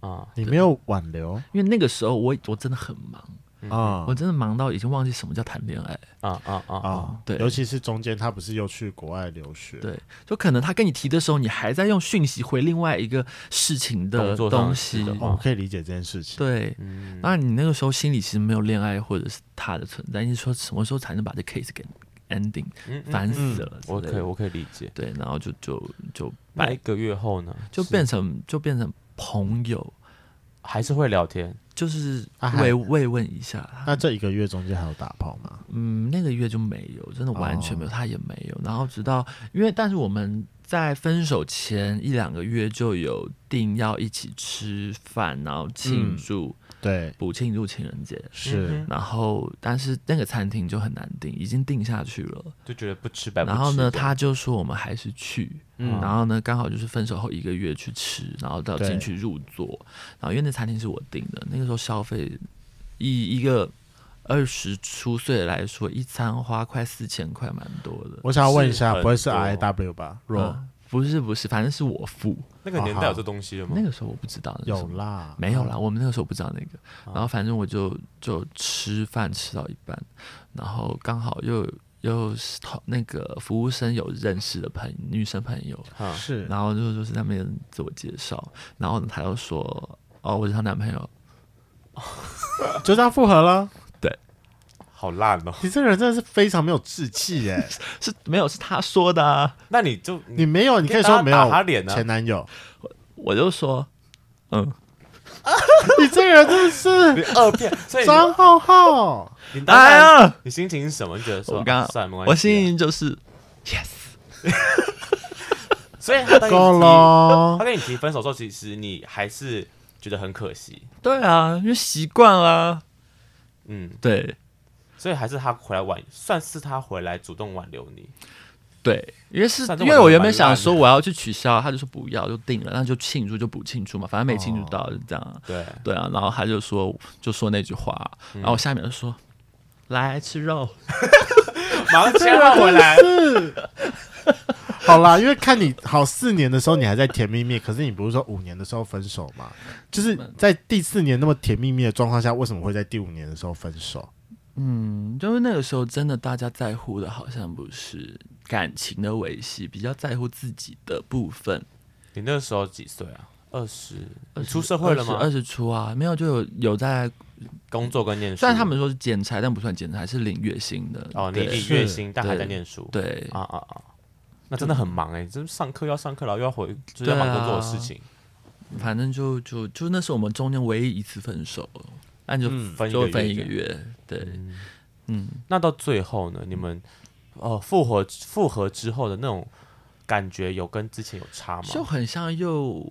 S2: 啊
S1: 你没有挽留
S3: 因为那个时候我我真的很忙，
S1: 啊
S3: 我真的忙到已经忘记什么叫谈恋爱。
S2: 啊啊啊啊！
S1: 啊！
S3: 嗯对
S1: 尤其是中间他不是又去国外留学？
S3: 对，就可能他跟你提的时候，你还在用讯息回另外一个事情
S2: 动
S3: 的
S2: 作上的
S3: 东
S2: 事
S3: 西。
S2: 情
S1: 哦，我可以理解这件事情。
S3: 对，
S2: 嗯，
S3: 那你那个时候心里其实没有恋爱或者是他的存在，你说什么时候才能把这 case 给 ending？
S2: 嗯嗯
S3: 烦
S2: 嗯
S3: 死了之
S2: 我
S3: 类
S2: 可以，
S3: 的
S2: 我可以理解。
S3: 对，然后就就就
S2: 那一个月后呢，
S3: 就是变成就变成朋友，
S2: 还是会聊天，
S3: 就是
S1: 啊还
S3: 慰慰问一下他。
S1: 那这一个月中间还有打炮吗？
S3: 嗯，那个月就没有，真的完全没有，
S1: 哦
S3: 他也没有。然后直到因为，但是我们在分手前一两个月就有定要一起吃饭，然后庆
S1: 嗯
S3: 祝
S1: 对，
S3: 补庆祝情人节。
S1: 是
S2: 嗯
S3: 然后，但是那个餐厅就很难订，已经定下去了。
S2: 就觉得不吃白不吃。
S3: 然后呢，他就说我们还是去，
S1: 嗯
S3: 然后呢，刚好就是分手后一个月去吃，然后到
S1: 对
S3: 进去入座，然后因为那餐厅是我订的，那个时候消费以一个二十出岁来说，一餐花快四千块，蛮多的。
S1: 我想要问一下，
S2: 是很
S1: 不会是
S2: 多
S1: I W 吧？若
S3: 嗯不是不是，反正是我付。
S2: 那个年代有这东西了吗
S3: 那？个时候我不知道那是什
S1: 有
S3: 么
S1: 啦，
S3: 没有啦，我们那个时候不知道那个。然后反正我就就吃饭吃到一半，然后刚好又又是同那个服务生有认识的朋女生朋友，
S2: 啊，
S1: 是
S3: 嗯然后就就是那边自我介绍，然后她又说哦我是她男朋友，
S1: 就这样复合了。
S2: 好烂哦。
S1: 你这个人真的是非常没有志气耶！
S3: 是没有是她说的啊，
S2: 那你就
S1: 你没有，你可以
S2: 跟大
S1: 说
S2: 家
S1: 没
S2: 打
S1: 有
S2: 他脸呢
S1: 前男友。
S3: 我就说嗯，
S1: 你这个人真的是
S2: 你二骗，所以
S1: 张浩浩，
S2: 你你当
S3: 哎
S2: 下
S3: 呀，
S2: 你心情是什么？你觉得说
S3: 我刚
S2: 啊算了，没关系啊
S3: 我心，情就是 yes，
S2: 所以他跟你提
S1: 够。喽
S2: 他。跟你提分手之后，其实你还是觉得很可惜，
S3: 对啊，因为习惯啦，
S2: 嗯，
S3: 对
S2: 所以还是他回来挽，算是他回来主动挽留你。
S3: 对。因为是
S2: 上次
S3: 因
S2: 我
S3: 为
S2: 觉
S3: 我
S2: 得
S3: 原本
S2: 蛮
S3: 想
S2: 烂
S3: 说
S2: 的
S3: 我要去取消，他就说不要，就定了，那就庆祝就不庆祝嘛，反正没庆祝
S1: 哦
S3: 到就这样啊。
S2: 对，
S3: 对啊，然后他就说就说那句话，啊
S2: 嗯
S3: 然后我下面就说、来吃肉，
S2: 马上牵了回来，
S1: 好啦，因为看你好四年的时候你还在甜蜜蜜，可是你不是说五年的时候分手吗？就是在第四年那么甜蜜蜜的状况下，为什么会在第五年的时候分手？
S3: 嗯，就是那个时候真的大家在乎的好像不是感情的维系，比较在乎自己的部分。
S2: 你那时候几岁啊？二十，你出社会了
S3: 二
S2: 吗？
S3: 十出啊，没有就有有在，
S2: 工作跟念书。
S3: 虽然他们说是兼差，但不算兼差，是领月薪的。
S2: 哦，你
S3: 对
S2: 你月薪，但还在
S3: 对
S2: 念书。
S3: 对
S2: 啊啊啊！那真的很忙哎、就是上课要上课，然后又要回，就是
S3: 对
S2: 要
S3: 啊
S2: 忙工作的事情，
S3: 反正就就就那是我们中间唯一一次分手，那你就、
S1: 嗯
S2: 分一
S3: 就
S2: 个
S3: 分
S2: 月
S3: 一个
S2: 这样。
S3: 月，对，
S2: 嗯
S3: 嗯，
S2: 那到最后呢，你们呃复合复合之后的那种感觉，有跟之前有差吗？
S3: 就很像又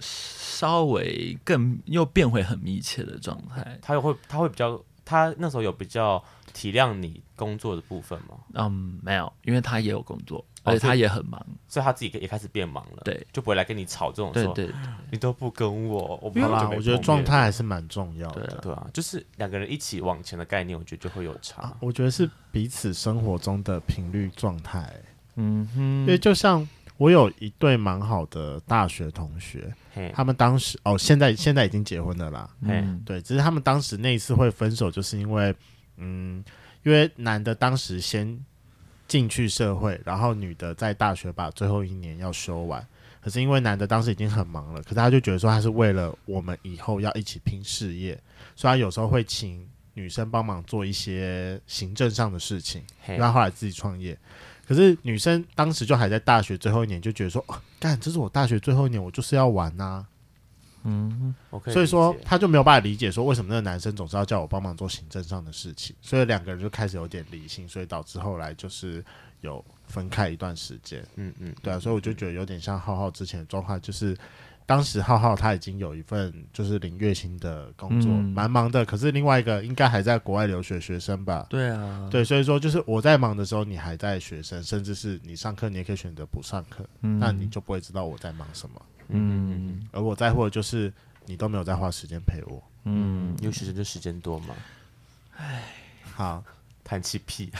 S3: 稍微更又变回很密切的状态。
S2: 他会他会比较，他那时候有比较体谅你工作的部分吗？
S3: 嗯，没有，因为他也有工作，
S2: 哦
S3: 而且
S2: 所以
S3: 他也很忙。
S2: 所以他自己也开始变忙了，
S3: 对，
S2: 就不会来跟你吵这种
S3: 对
S2: 说
S3: 对
S2: 你都不跟我，我
S1: 好
S2: 们
S1: 啦
S2: 就，没
S1: 我觉得
S2: 碰面
S1: 状态还是蛮重要
S3: 对
S1: 的。
S3: 啊，
S2: 对啊，就是两个人一起往前的概念，我觉得就会有差。
S1: 啊，我觉得是彼此生活中的频率状态、
S3: 嗯
S1: 因
S3: 哼
S1: 为，就像我有一对蛮好的大学同学，
S2: 嘿，
S1: 他们当时哦，现在现在已经结婚了啦，
S2: 嘿
S3: 嗯，
S1: 对，只是他们当时那一次会分手，就是因为，嗯，因为男的当时先进去社会，然后女的在大学把最后一年要修完。可是因为男的当时已经很忙了，可是他就觉得说他是为了我们以后要一起拼事业，所以他有时候会请女生帮忙做一些行政上的事情，因
S2: 嘿
S1: 为他后来自己创业。可是女生当时就还在大学最后一年，就觉得说，哦干、这是我大学最后一年，我就是要玩啊呐、
S3: 嗯，
S2: 我可以
S1: 所以说
S2: 理解
S1: 她就没有办法理解说为什么那个男生总是要叫我帮忙做行政上的事情，所以两个人就开始有点理性，所以导致后来就是有分开一段时间。
S2: 嗯嗯，
S1: 对啊，所以我就觉得有点像浩浩之前的状况，就是当时浩浩他已经有一份就是领月薪的工作，
S3: 嗯
S1: 蛮忙的。可是另外一个应该还在国外留学学生吧？
S3: 对
S2: 嗯
S3: 啊，
S1: 对，所以说就是我在忙的时候，你还在学生，甚至是你上课，你也可以选择不上课，
S3: 嗯，
S1: 那你就不会知道我在忙什么。
S3: 嗯
S1: 而我在乎的就是你都没有在花时间陪我。
S3: 嗯，
S2: 因为学生就时间多嘛，
S1: 好，
S2: 叹气屁，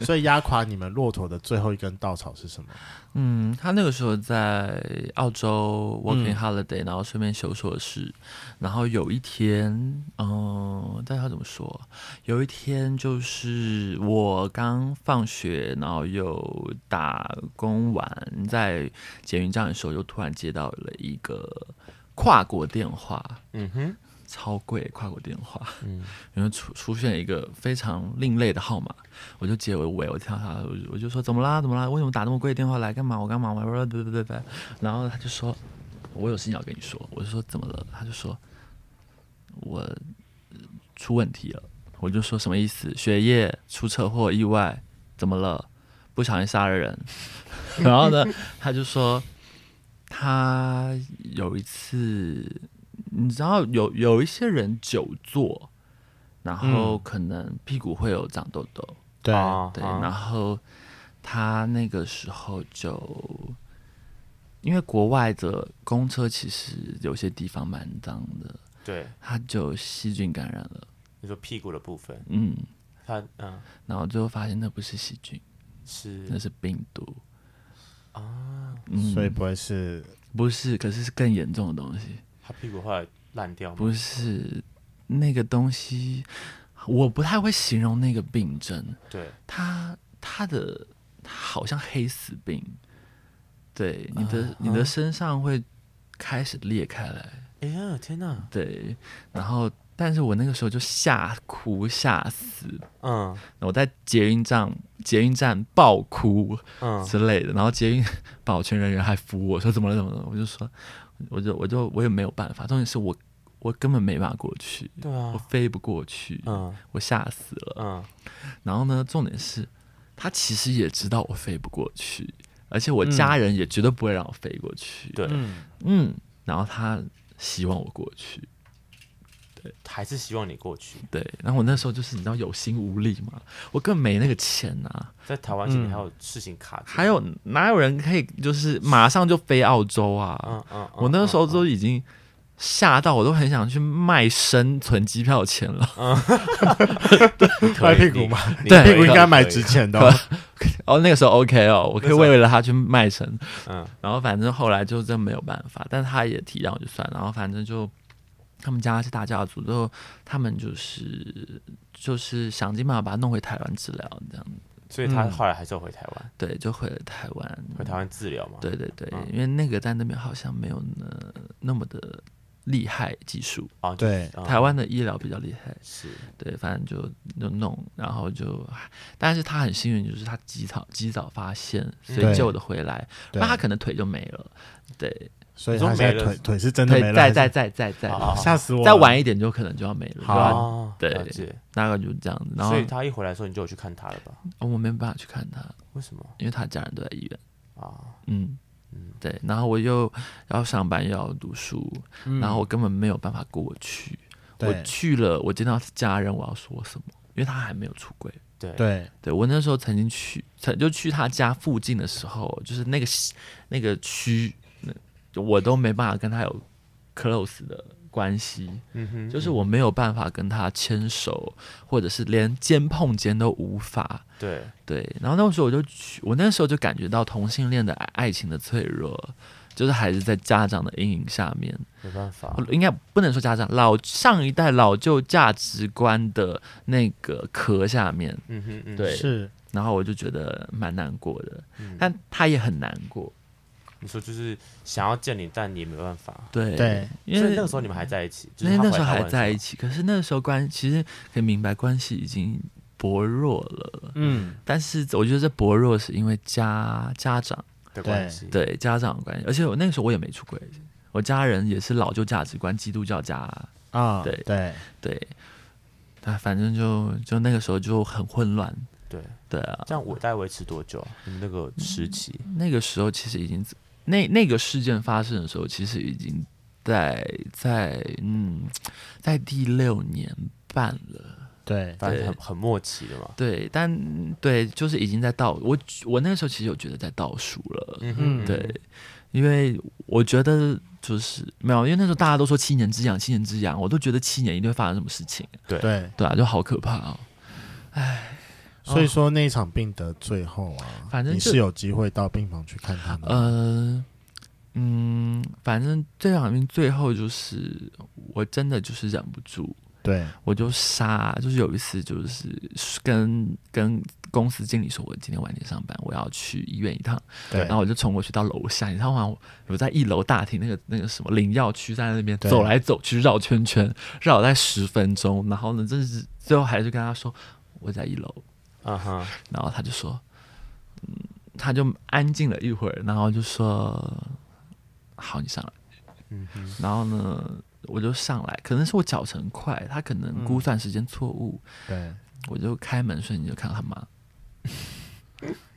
S1: 所以压垮你们骆驼的最后一根稻草是什么？
S3: 嗯，他那个时候在澳洲
S1: 嗯
S3: working holiday，、然后顺便修硕士，然后有一天，嗯、但他怎么说？有一天就是我刚放学，然后又打工完，在捷运站的时候，又突然接到了一个跨国电话，
S2: 嗯哼，
S3: 超贵跨国电话，
S2: 嗯
S3: 然后出出现一个非常另类的号码，我就接我喂，我听到他，我就我就说怎么啦怎么啦，为什么打那么贵的电话来干嘛？我干嘛？我不不不不不，然后他就说我有事情要跟你说，我就说怎么了？他就说我呃出问题了，我就说什么意思？学业出车祸意外怎么了？不小心杀了人， 然后呢，他就说他有一次你知道有有一些人久坐，然后可能屁股会有长痘痘，
S1: 对
S2: 啊
S3: 对，
S2: 啊
S3: 然后他那个时候就，因为国外的公车其实有些地方蛮脏的，
S2: 对，
S3: 他就细菌感染了，
S2: 你说屁股的部分，
S3: 嗯，
S2: 他嗯
S3: 然后最后发现那不是细菌，
S2: 是
S3: 那是病毒，
S2: 啊，
S3: 嗯，
S1: 所以不会是
S3: 不是，可是是更严重的东西，
S2: 他屁股后来烂掉吗？
S3: 不是那个东西，我不太会形容那个病症。
S2: 对，
S3: 他他的他好像黑死病，对你
S2: 啊
S3: 的、你的身上会开始裂开来，
S2: 哎呀天哪，
S3: 对，然后但是我那个时候就吓哭吓死，
S2: 嗯
S3: 我在捷运站捷运站爆哭
S2: 嗯，
S3: 之类的，然后捷运 保全人员还扶我说怎么了怎么了，我就说我就我就我也没有办法，重点是我我根本没办法过去，
S2: 对
S3: 我
S2: 啊，
S3: 飞不过去，
S2: 嗯
S3: 我吓死了。
S2: 嗯，
S3: 然后呢，重点是，他其实也知道我飞不过去，而且我家人也绝对不会让我飞过去。
S2: 对
S1: 嗯
S3: 嗯，然后他希望我过去，
S2: 还是希望你过去，
S3: 对。然后我那时候就是你知道有心无力嘛，我根本没那个钱啊呐、
S2: 在台湾这边
S1: 嗯
S2: 还有事情卡着，
S3: 还有哪有人可以就是马上就飞澳洲啊？
S2: 嗯嗯，
S3: 我那时候
S2: 做
S3: 都已经吓到，我都很想去卖身存机票钱了。
S1: 拍屁股吗？
S3: 对
S1: 屁股应该蛮值
S2: 直，
S1: 钱的哦、
S3: 哦，那个时候 OK 哦，我可以
S2: 那时候
S3: 为了他去卖身，
S2: 嗯
S3: 然后反正后来就真没有办法，但他也体谅我就算了，然后反正就他们家是大家族，最后他们就是就是想尽办法把他弄回台湾治疗，这样
S2: 所以他
S1: 嗯
S2: 后来还是要回台湾，
S3: 对，就回了台湾。
S2: 回台湾治疗嘛，
S3: 对对对，
S2: 嗯
S3: 因为那个在那边好像没有那那么的厉害技术，
S2: 啊，就
S1: 对，
S2: 嗯
S3: 台湾的医疗比较厉害，
S2: 是
S3: 对，反正就就弄，然后就，但是他很幸运，就是他及早及早发现，
S2: 嗯
S3: 所以
S1: 对
S3: 救的回来，
S1: 对
S3: 那他可能腿就没了，对，
S1: 所以
S2: 你说
S1: 他现在
S2: 没了
S1: 腿腿是真的
S3: 腿
S1: 没了，
S3: 在
S1: 还是
S3: 在在在在，
S2: 好好
S1: 吓死我！
S3: 再晚一点就可能就要没了，
S1: 好
S3: 就要
S2: 啊，
S3: 对
S2: 了解
S3: 大概就是这样子。然后
S2: 所以他一回来的时候，你就有去看他了吧？
S3: 哦我没办法去看他，
S2: 为什么
S3: 因为他家人都在医院。
S2: 啊？
S3: 嗯
S2: 嗯，
S3: 对。然后我又要上班，又要读书，
S1: 嗯，
S3: 然后我根本没有办法过去。
S1: 对
S3: 我去了，我见到家人，我要说什么？因为他还没有出轨。
S2: 对
S1: 对，
S3: 对我那时候曾经去，曾就去他家附近的时候，就是那个西那个区，那我都没办法跟他有 close 的关系。
S2: 嗯哼，
S3: 就是我没有办法跟他牵手，或者是连肩碰肩都无法。
S2: 对，
S3: 对，然后那时候我就去，我那时候就感觉到同性恋的爱爱情的脆弱，就是还是在家长的阴影下面，
S2: 没办法，
S3: 应该不能说家长老上一代老旧价值观的那个壳下面。
S2: 嗯哼嗯，
S3: 对
S1: 是
S3: 然后我就觉得蛮难过的，
S2: 嗯
S3: 但他也很难过。
S2: 你说就是想要见你，但你也没办法。
S3: 对，
S1: 对
S3: 因
S2: 所以
S3: 为
S2: 那个时候你们还在一起，就
S3: 因
S2: 是
S3: 为
S2: 他
S3: 那
S2: 回
S3: 时候
S2: 台
S3: 还
S2: 湾
S3: 在
S2: 的
S3: 一起，可是那时候关其实可以明白，关系已经薄弱了。
S1: 嗯，
S3: 但是我觉得这薄弱是因为家家长
S2: 的关系，
S3: 对家长的关系，而且我那个时候我也没出轨，我家人也是老旧价值观，基督教家，
S1: 啊，
S3: 对
S1: 对，
S3: 对，但反正就就那个时候就很混乱，
S2: 对，
S3: 对啊，
S2: 这样我大概维持多久啊？你们那个时期，
S3: 那个时候其实已经那那个事件发生的时候，其实已经在在嗯在第六年半了。
S1: 对，
S2: 反正很很默契的嘛。
S3: 对，但对，就是已经在倒我我那个时候其实有觉得在倒数了，
S2: 嗯
S1: 嗯
S3: 对，因为我觉得就是没有，因为那时候大家都说七年之痒，七年之痒，我都觉得七年一定会发生什么事情，
S1: 对，
S3: 对啊，就好可怕哦。
S1: 所以说那一场病得最后啊，
S3: 反正
S1: 你
S3: 就是
S1: 有机会到病房去看他们，
S3: 呃，嗯，反正这场病最后就是我真的就是忍不住，
S1: 对，
S3: 我就杀，就是有一次就是跟跟公司经理说，我今天晚点上班，我要去医院一趟，
S1: 对
S3: 然后我就冲过去到楼下，你知道吗？我在一楼大厅那个那个什么领药区，在那边
S1: 对
S3: 走来走去，绕圈圈，绕了大概十分钟，然后呢，真是最后还是跟他说我在一楼，
S2: 嗯 哼，
S3: 然后他就说，嗯，他就安静了一会儿，然后就说，好，你上来。
S2: 嗯哼，
S3: 然后呢，我就上来，可能是我脚程快，他可能估算时间错误，
S1: 对，
S3: 我就开门瞬间就看到他妈，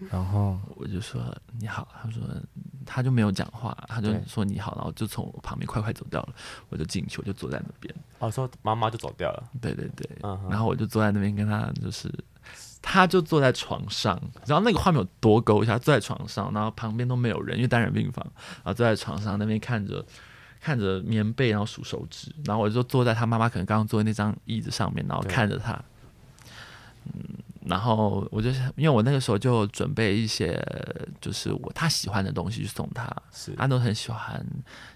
S1: 然后
S3: 我就说你好，他说嗯他就没有讲话，他就
S1: 对
S3: 说你好，然后就从我旁边快快走掉了，我就进去，我就坐在那边，
S2: 哦，说妈妈就走掉了。
S3: 对对对，
S2: 嗯哼，
S3: 然
S2: 后
S3: 后我就坐在那边跟他就是。他就坐在床上，然后那个画面有多狗血，他坐在床上，然后旁边都没有人，因为单人病房，然后坐在床上那边看着看着棉被，然后数手指，然后我就坐在他妈妈可能刚刚坐的那张椅子上面，然后
S2: 对
S3: 看着他，嗯，然后我就想，因为我那个时候就准备一些就是我他喜欢的东西去送他，
S2: 是
S3: 他都很喜欢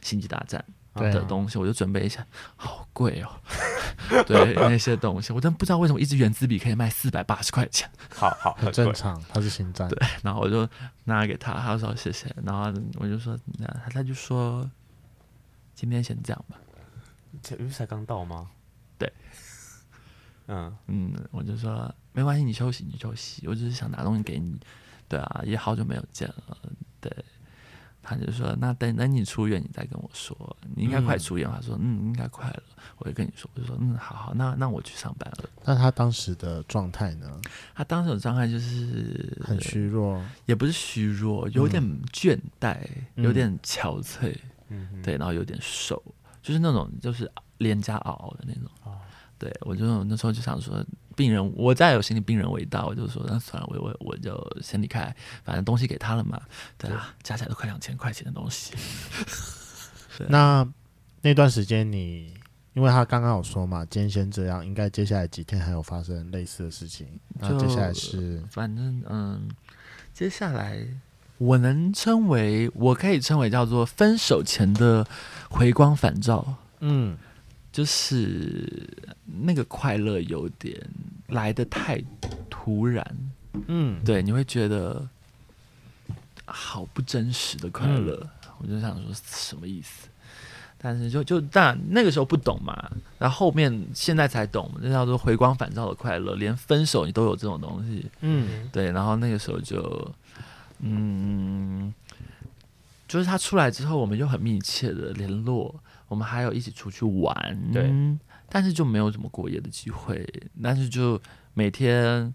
S3: 星际大战，
S1: 对啊
S3: 的东西，我就准备一下，好贵哦。 对那些东西，我真不知道为什么一支圆珠笔可以卖四百八十块钱。
S2: 好好，
S1: 很
S2: 很
S1: 正
S2: 贵
S1: 常，他是心脏，
S3: 然后我就拿给他，他说谢谢，然后我就说，那他他就说，今天先这样吧。
S2: 这不是才刚到吗？
S3: 对，
S2: 嗯，
S3: 嗯，我就说没关系，你休息，你休息，我只是想拿东西给你。对啊，也好久没有见了。对，啊他就说那等等你出院你再跟我说，你应该快
S1: 嗯
S3: 出院吧。他说嗯，应该快了，我就跟你说，我就说嗯，好好，那那我去上班了。
S1: 那他当时的状态呢，
S3: 他当时有障碍就是
S1: 很虚弱，
S3: 也不是虚弱，有点倦怠，
S1: 嗯
S3: 有点憔悴，
S2: 嗯哼，
S3: 对，然后有点瘦，就是那种就是脸颊凹凹的那种。
S2: 哦
S3: 对我就那时候就想说，病人我再有心理病人味道，我就说那算了，我我我就先离开，反正东西给他了嘛，对啊，加起来都快两千块钱的东西。对
S1: 那那段时间你。因为他刚刚有说嘛，今天先这样，应该接下来几天还有发生类似的事情。那
S3: 就
S1: 接下来是
S3: 反正嗯，接下来我能称为，我可以称为叫做分手前的回光返照。
S1: 嗯，
S3: 就是那个快乐有点来的太突然，
S1: 嗯，
S3: 对，你会觉得好不真实的快乐。我就想说什么意思？但是就就但那个时候不懂嘛，然后后面现在才懂，这叫做回光返照的快乐，连分手你都有这种东西。
S1: 嗯，
S3: 对，然后那个时候就，嗯，就是他出来之后，我们就很密切的联络，我们还有一起出去玩，
S2: 对，
S3: 但是就没有什么过夜的机会，但是就每天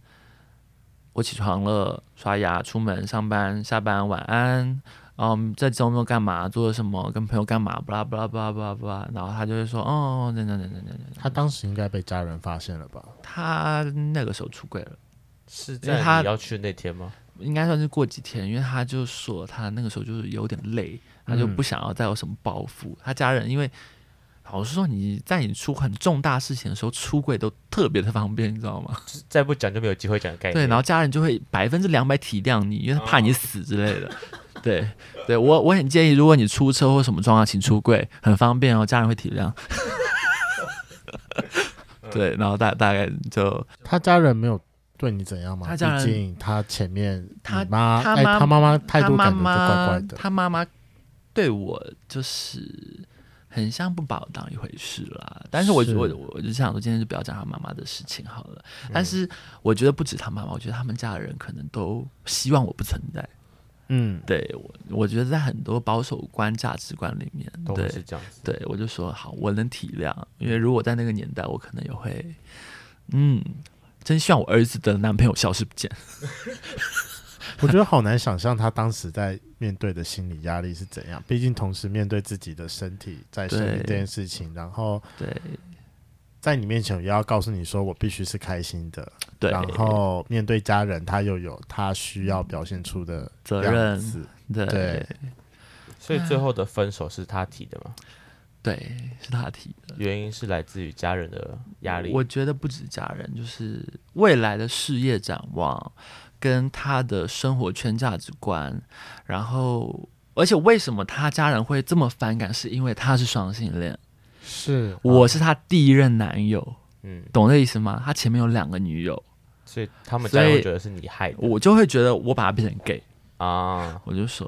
S3: 我起床了，刷牙，出门上班，下班晚安。嗯，在周末干嘛？做了什么？跟朋友干嘛？巴拉巴拉巴拉巴拉巴拉。然后他就会说，哦，那那那那那那。
S1: 他当时应该被家人发现了吧？
S3: 他那个时候出柜了。
S2: 是
S3: 因为
S2: 在
S3: 他
S2: 你要去那天吗？
S3: 应该算是过几天，因为他就说他那个时候就是有点累，他就不想要再有什么包袱。他家人因为老实说，你在你出很重大事情的时候，出柜都特别的方便，你知道吗？
S2: 就是再不讲就没有机会讲的概念。
S3: 对，然后家人就会百分之两百体谅你，因为他怕你死之类的。对，对我我很建议，如果你出车或什么状况，请出柜，很方便哦，家人会体谅。 对，然后大大概就
S1: 他家人没有对你怎样吗？
S3: 他家人
S1: 毕竟他前面
S3: 他
S1: 你妈
S3: 他
S1: 哎
S3: 妈
S1: 他妈妈态
S3: 他
S1: 度
S3: 妈
S1: 感觉就
S3: 妈
S1: 怪怪的，
S3: 他妈妈对我就是很像不把我当一回事啦。但是我
S1: 是嗯
S3: 我我我就想说，今天就不要讲他妈妈的事情好了。但是我觉得不止他妈妈，我觉得他们家的人可能都希望我不存在。
S1: 嗯，
S3: 对我，我觉得在很多保守观、价值观里面，
S2: 都
S3: 对
S2: 会是这样子。
S3: 对，我就说好，我能体谅，因为如果在那个年代，我可能也会，嗯，真希望我儿子的男朋友消失不见。
S1: 我觉得好难想象他当时在面对的心理压力是怎样。毕竟同时面对自己的身体在生病
S3: 对
S1: 这件事情，然后
S3: 对
S1: 在你面前也要告诉你说我必须是开心的，
S3: 对，
S1: 然后面对家人，他又有他需要表现出的
S3: 责
S1: 样
S3: 任
S1: 子
S3: 对
S1: 对
S3: 对
S2: 所以最后的分手是他提的嘛？
S3: 是他提的
S2: 原因是来自于家人的压力。
S3: 我觉得不止家人，就是未来的事业展望，跟他的生活圈价值观，然后。而且为什么他家人会这么反感？是因为他是双性恋，
S1: 是
S3: 我是他第一任男友，
S2: 嗯，
S3: 懂这意思吗？他前面有两个女友，
S2: 所以他们
S3: 所
S2: 家
S3: 以
S2: 人会觉得是你害的
S3: 我就会觉得我把他变成 gay，
S2: 啊。
S3: 我就说，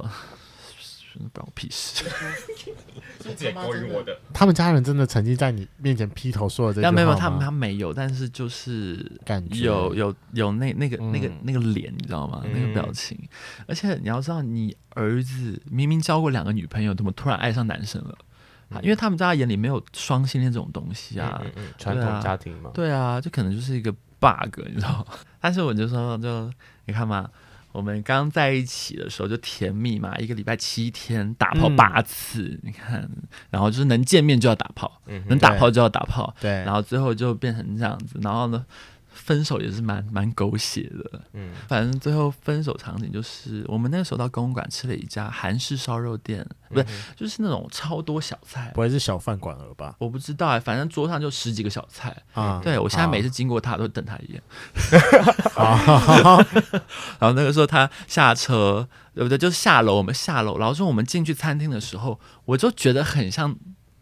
S3: 关我屁事。
S2: 是
S1: 姐勾引我
S2: 的，
S1: 他们家人真的曾经在你面前劈头说了这句话
S3: 但
S1: 吗？
S3: 没有，他他没有，但是就是
S1: 感觉
S3: 有有有那那个
S1: 嗯
S3: 那个那个脸，你知道吗？
S2: 嗯
S3: 那个表情。而且你要知道，你儿子明明交过两个女朋友，怎么突然爱上男生了？啊因为他们在他眼里没有双性恋这种东西啊。
S2: 嗯嗯嗯传统家庭嘛，
S3: 对啊，这可能就是一个 bug，你知道吗？ 但是我就说，就你看嘛，我们刚在一起的时候就甜蜜嘛，一个礼拜七天打炮
S1: 嗯
S3: 八次，你看，然后就是能见面就要打炮，
S2: 嗯
S3: 能
S2: 哼，
S3: 打炮就要打炮，
S1: 对，
S3: 然后最后就变成这样子，然后呢，分手也是蛮蛮狗血的，
S2: 嗯
S3: 反正最后分手场景就是我们那个时候到公馆吃了一家韩式烧肉店，不是，就是那种超多小菜
S1: 不。会是小饭馆儿吧？
S3: 我不知道哎、反正桌上就十几个小菜，
S1: 啊、
S3: 对我现在
S1: 好
S3: 每次经过他都瞪他一眼。
S1: 好
S3: 然后那个时候他下车，呃对不对？就是下楼，我们下楼，然后说我们进去餐厅的时候，我就觉得很像，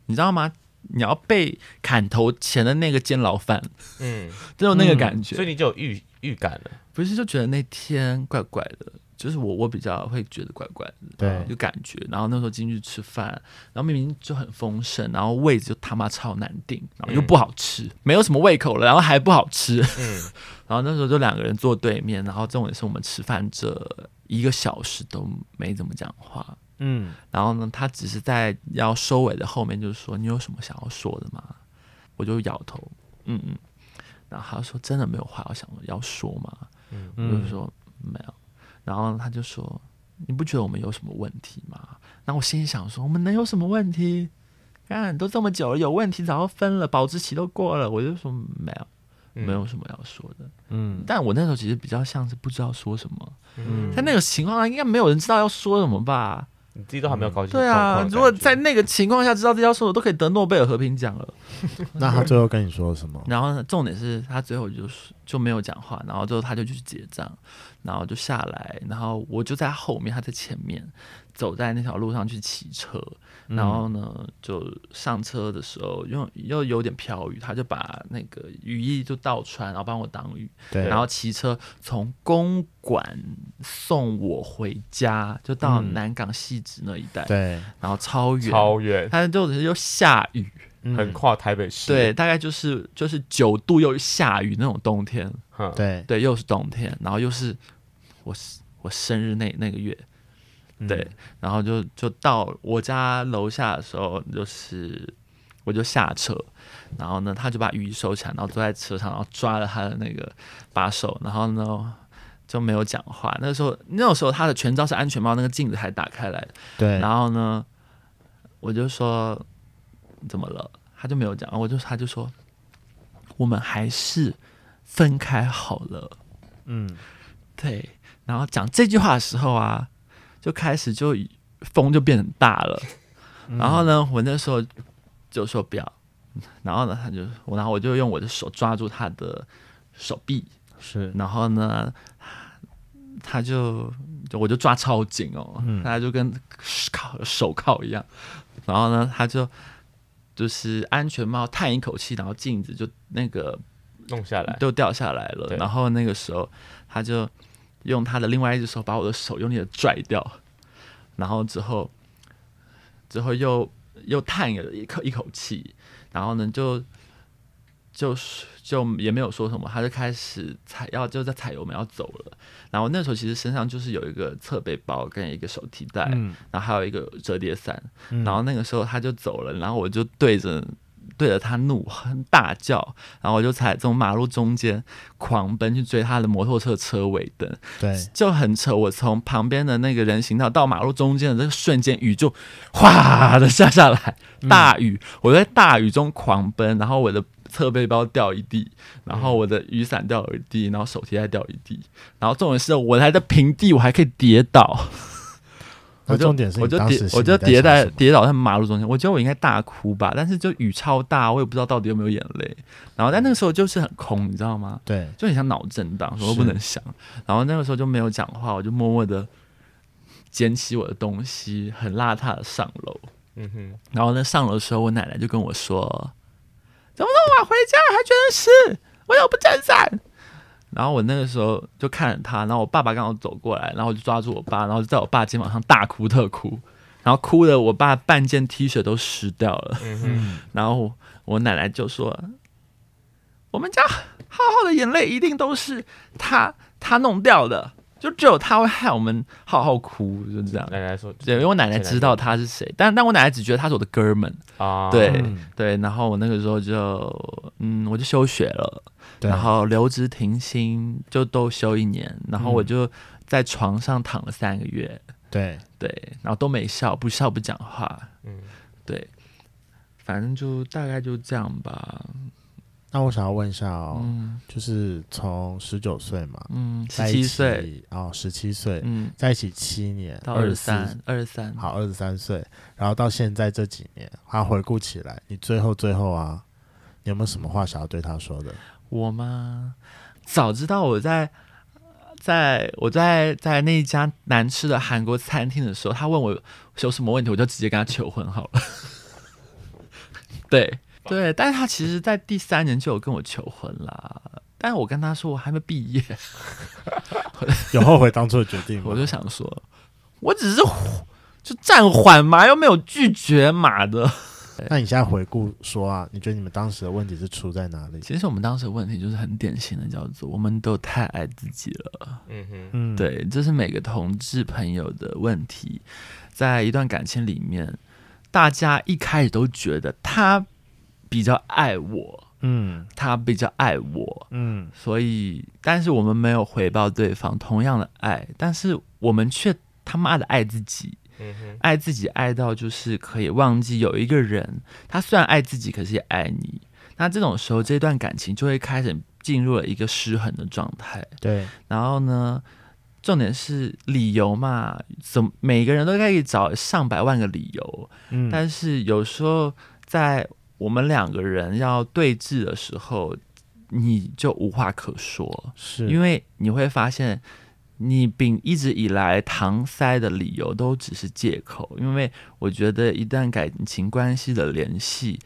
S3: 你知道吗？你要被砍头前的那个监牢犯，
S2: 嗯，
S3: 就有那个感觉。
S2: 所以你就有预预感了。
S3: 不是就觉得那天怪怪的，就是我我比较会觉得怪怪的，
S1: 对
S3: 就感觉。然后那时候进去吃饭，然后明明就很丰盛，然后位置就他妈超难订，然后又不好吃，没有什么胃口了，然后还不好吃。
S2: 嗯，
S3: 然后那时候就两个人坐对面，然后重点是我们吃饭这一个小时都没怎么讲话。
S1: 嗯，
S3: 然后呢，他只是在要收尾的后面，就是说你有什么想要说的吗？我就摇头，嗯嗯。然后他就说真的没有话要想要说吗？我就
S1: 嗯，
S3: 说没有。然后他就说你不觉得我们有什么问题吗？那我心里想说我们能有什么问题？看都这么久了，有问题早就分了，保质期都过了。我就说没有，
S2: 嗯
S3: 没有什么要说的。
S1: 嗯，
S3: 但我那时候其实比较像是不知道说什么，
S2: 嗯
S3: 在那个情况下，应该没有人知道要说什么吧？
S2: 你自己都还没有搞清楚
S3: 对
S2: 状况的
S3: 啊
S2: 感，觉。
S3: 如果在那个情况下知道这要说，我都可以得诺贝尔和平奖了。
S1: 那他最后跟你说了什 么？
S3: 然后呢，重点是他最后就是就没有讲话，然后最后他就去结账，然后就下来，然后我就在后面，他在前面，走在那条路上去骑车，
S1: 嗯
S3: 然后呢就上车的时候又又有点飘雨，他就把那个雨衣就倒穿，然后帮我挡雨，
S1: 对，
S3: 然后骑车从公馆送我回家，就到
S1: 嗯
S3: 南港戏子那一带，
S1: 对，然
S3: 然后超远，
S2: 超远，
S3: 它就是又下雨，
S1: 嗯
S2: 横跨台北市。
S3: 对，，大概就是就是九度又下雨那种冬天，
S2: 哼，
S1: 对
S3: 对，又是冬天，然后又是我我生日那那个月，
S2: 嗯
S3: 对，然后就就到我家楼下的时候，就是我就下车，然后呢，他就把雨衣收起来，然后坐在车上，然后抓了他的那个把手，然后呢就没有讲话。那时候那种时候他的全罩是安全帽，那个镜子还打开来的，
S1: 对，
S3: 然后呢，我就说怎么了，他就没有讲，我就他就说我们还是分开好了。
S1: 嗯，
S3: 对，然后讲这句话的时候啊，就开始就风就变很大了。然后呢，我那时候就说不要，然后呢，他就我，然后我就用我的手抓住他的手臂，
S1: 是，
S3: 然后呢，他就就我就抓超紧哦，他就跟铐手铐一样。然后呢，他就就是安全帽叹一口气，然后镜子就那个
S2: 弄下来。
S3: 都掉下来了。
S2: 对
S3: 然后那个时候，他就用他的另外一只手把我的手用力的拽掉，然后之后，之后又又叹了一口一口气，然后呢就就是就也没有说什么，他就开始踩要就在踩油门要走了。然后那时候其实身上就是有一个侧背包跟一个手提袋，
S1: 嗯，
S3: 然后还有一个折叠伞。
S1: 嗯
S3: 然后那个时候他就走了，然后我就对着对着他怒哼大叫，然后我就踩从马路中间狂奔去追他的摩托车车尾灯，
S1: 对，
S3: 就很扯。我从旁边的那个人行道到马路中间的这个瞬间，雨就哗的下下来，大雨，我在大雨中狂奔，然后我的。侧背包掉一地，然后我的雨伞掉一地，然后手提袋掉一地，然后重点是我还在平地，我还可以跌倒，
S1: 那
S3: 我就
S1: 重点是你
S3: 我就
S1: 当
S3: 跌
S1: 时，心
S3: 我
S1: 里
S3: 就
S1: 在
S3: 跌
S1: 想
S3: 在
S1: 什么
S3: 跌倒在马路中间，我觉得我应该大哭吧，但是就雨超大，我也不知道到底有没有眼泪。然后但那个时候就是很空，你知道吗？
S1: 对，
S3: 就很像脑震荡，什么都
S1: 是
S3: 不能想。然后那个时候就没有讲话，我就默默的捡起我的东西，很邋遢的上楼。
S2: 嗯哼，
S3: 然后呢，上楼的时候，我奶奶就跟我说：“怎么那么晚回家还觉得湿？为什么不撑伞？”然后我那个时候就看着他，然后我爸爸刚好走过来，然后我就抓住我爸，然后就在我爸肩膀上大哭特哭，然后哭的我爸半件 T 恤都湿掉了。
S1: 嗯，
S3: 然后我我奶奶就说：“我们家浩浩的眼泪一定都是他他弄掉的，就只有他会害我们浩浩哭，就这样。”
S2: 奶奶说，
S3: 对，因为我奶奶知道他是谁，但但我奶奶只觉得他是我的哥们，
S2: 啊，
S3: 对、
S1: 嗯
S3: 对，然后我那个时候就，嗯，我就休学了，
S1: 对
S3: 然后留职停薪，就都休一年，然后我
S1: 嗯
S3: 就在床上躺了三个月，
S1: 对，
S3: 对，然后都没笑，不笑不讲话，
S2: 嗯，
S3: 对，反正就大概就这样吧，
S1: 那我想要问一下哦，
S3: 嗯
S1: 就是从十九岁嘛，
S3: 嗯，十
S1: 在一
S3: 七
S1: 起
S3: 岁，
S1: 哦，十七岁
S3: 嗯，
S1: 在一起七年，
S3: 到
S1: 二
S3: 二十三，，二十三，
S1: 好，二十三岁，然后到现在这几年，他回顾起来，你最后最后啊，你有没有什么话想要对他说的？
S3: 我吗？早知道我在在我在在那一家难吃的韩国餐厅的时候，他问我有什么问题，我就直接跟他求婚好了。 对对，但是他其实在第三年就有跟我求婚啦，但是我跟他说我还没毕业，
S1: 有后悔当初的决定吗？
S3: 我就想说，我只是就暂缓嘛，又没有拒绝嘛的。
S1: 那你现在回顾说啊，你觉得你们当时的问题是出在哪里？
S3: 其实我们当时的问题就是很典型的，叫做我们都太爱自己了。
S2: 嗯哼，
S1: 嗯，，
S3: 对，这是每个同志朋友的问题，在一段感情里面，大家一开始都觉得他比较爱我，
S1: 嗯
S3: 他比较爱我，
S1: 嗯，
S3: 所以，但是我们没有回报对方同样的爱，但是我们却他妈的爱自己，
S2: 嗯哼，
S3: 爱自己爱到就是可以忘记有一个人，他虽然爱自己，可是也爱你。那这种时候，这段感情就会开始进入了一个失衡的状态。
S1: 对，
S3: 然后呢，重点是理由嘛，怎么每个人都可以找上百万个理由，
S1: 嗯，
S3: 但是有时候在我们两个人要对峙的时候，你就无话可说，
S1: 是
S3: 因为你会发现。你秉一直以来搪塞的理由都只是借口，因为我觉得一旦感情关系的联系，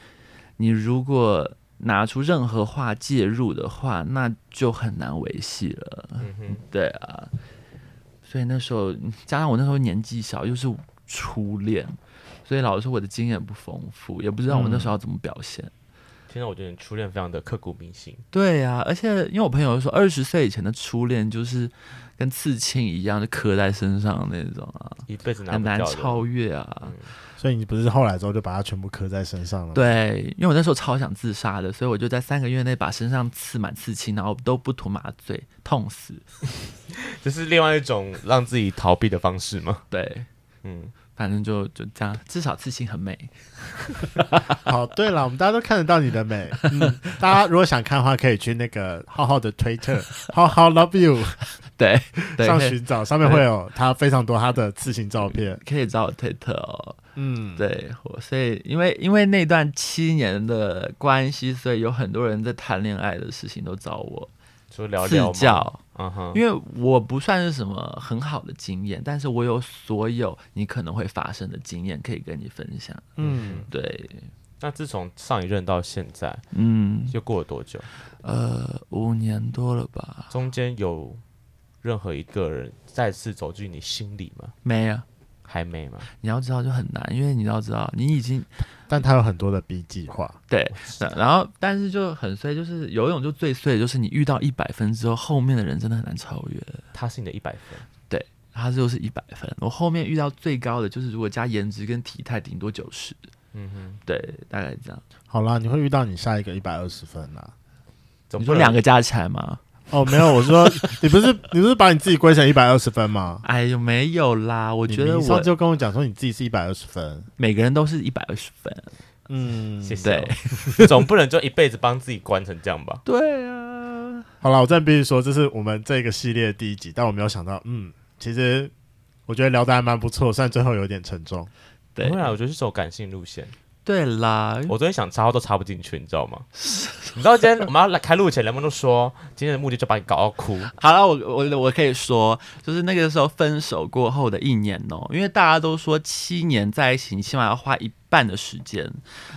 S3: 你如果拿出任何话介入的话，那就很难维系了。
S2: 嗯哼，
S3: 对啊，所以那时候嗯加上我那时候年纪小，又是初恋，所以老实说我的经验不丰富，也不知道我那时候要怎么表现。
S2: 听到我觉得你初恋非常的刻骨铭心，
S3: 对啊，而且因为我朋友说，二十岁以前的初恋就是跟刺青一样，就刻在身上的那种啊，
S2: 一辈子拿
S3: 很
S2: 不掉
S3: 难
S2: 的，
S3: 超越啊。
S1: 所以你不是后来之后就把它全部刻在身上了吗？
S3: 对，因为我那时候超想自杀的，所以我就在三个月内把身上刺满刺青，然后都不涂麻醉，痛死。
S2: 这是另外一种让自己逃避的方式 吗？
S3: 对，
S2: 嗯，
S3: 反正就就这样，至少刺青很美。
S1: 好，对了，我们大家都看得到你的美。 嗯，大家如果想看的话，可以去那个浩浩的推特， 浩浩 love you
S3: 对，对
S1: 上
S3: 可以
S1: 寻找，上面会有他非常多他的刺青照片。
S3: 可以找我推特哦。
S1: 嗯，
S3: 对，我所以因为因为那段七年的关系，所以有很多人在谈恋爱的事情都找我
S2: 说聊
S3: 赐
S2: 聊嘛，
S3: 教，
S2: 嗯哼，
S3: 因为我不算是什么很好的经验，但是我有所有你可能会发生的经验可以跟你分享。
S1: 嗯，
S3: 对，
S2: 那自从上一任到现在，
S3: 嗯，
S2: 又过了多久？
S3: 呃，五年多了吧？
S2: 中间有任何一个人再次走进你心里吗？
S3: 没有，啊
S2: 还没吗？
S3: 你要知道就很难，因为你要知道你已经
S1: 但他有很多的 B 计划，
S3: 对，那然后但是就很衰，就是游泳就最衰，就是你遇到一百分之后，后面的人真的很难超越。
S2: 他是你的一百分，
S3: 他就是一百分，我后面遇到最高的就是如果加颜值跟体态，顶多九十，
S2: 嗯哼，
S3: 对，大概这样。
S1: 好啦，你会遇到你下一个一百二十分啦、啊
S2: 总
S3: 你
S2: 不
S3: 说
S2: 能
S3: 两个加起来吗？
S1: 哦，没有，我说你不是 你不是把你自己归成一百二十分吗？
S3: 哎呦，没有啦，我
S1: 我
S3: 觉得
S1: 上
S3: 我
S1: 次就跟我讲说你自己是一百二十分，
S3: 每个人都是一百二十分，
S1: 嗯，
S2: 谢谢
S3: 对
S2: 哦， 总不能就一辈子帮自己关成这样吧？
S3: 对啊，
S1: 好了，我真的必须说，这是我们这个系列的第一集，但我没有想到，嗯，其实我觉得聊得还蛮不错，虽然最后有点沉重。
S3: 对
S2: 不会啊，我觉得是走感性路线。
S3: 对啦，
S2: 我昨天想插话都插不进去，你知道 吗？你知道今天我们要来开录前，人们都说今天的目的就把你搞到哭。
S3: 好了，我我我可以说，就是那个时候分手过后的一年哦、因为大家都说七年在一起，你起码要花一半的时间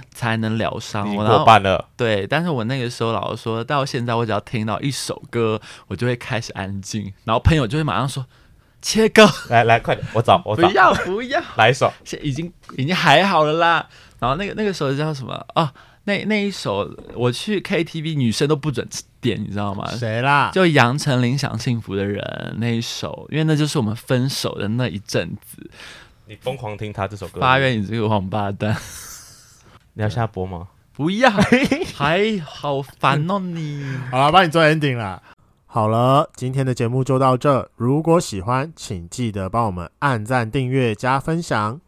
S3: 才能疗伤。
S2: 已经
S3: 我
S2: 过
S3: 然后
S2: 半了，
S3: 对，但是我那个时候老实说到现在，我只要听到一首歌，我就会开始安静，然后朋友就会马上说切歌，
S2: 来来，快点，我找我
S3: 不
S2: 找，
S3: 要不要，
S2: 来一首。
S3: 现在已经已经还好了啦。然后那个那个时候叫什么哦，那那一首我去 KTV 女生都不准点，你知道吗？
S1: 谁啦？
S3: 就杨丞琳《想幸福的人》那一首，因为那就是我们分手的那一阵子。
S2: 你疯狂听他这首歌，
S3: 发愿你这个王八蛋，
S2: 你要下播吗？
S3: 不要，还好烦哦你。
S1: 好了，帮你做 ending 啦。好了，今天的节目就到这。如果喜欢，请记得帮我们按赞、订阅、加分享。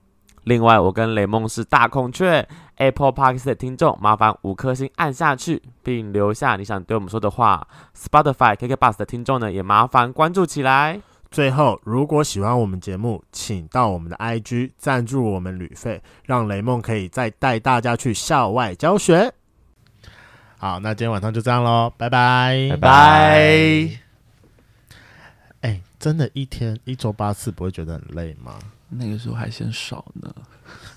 S4: 另外，我跟雷梦是大孔雀 Apple Park 的听众，麻烦五颗星按下去，并留下你想对我们说的话。Spotify KK Bus 的听众呢，也麻烦关注起来。
S1: 最后，如果喜欢我们节目，请到我们的 IG 赞助我们旅费，让雷梦可以再带大家去校外教学。好，那今天晚上就这样喽，拜拜。
S3: 拜。
S1: 哎、真的一天一周八次，不会觉得很累吗？
S3: 那个时候还嫌少呢。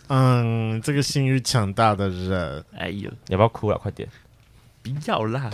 S1: 嗯，这个性欲强大的人。
S3: 哎呦，
S2: 你要不要哭了？快点！
S3: 不要啦。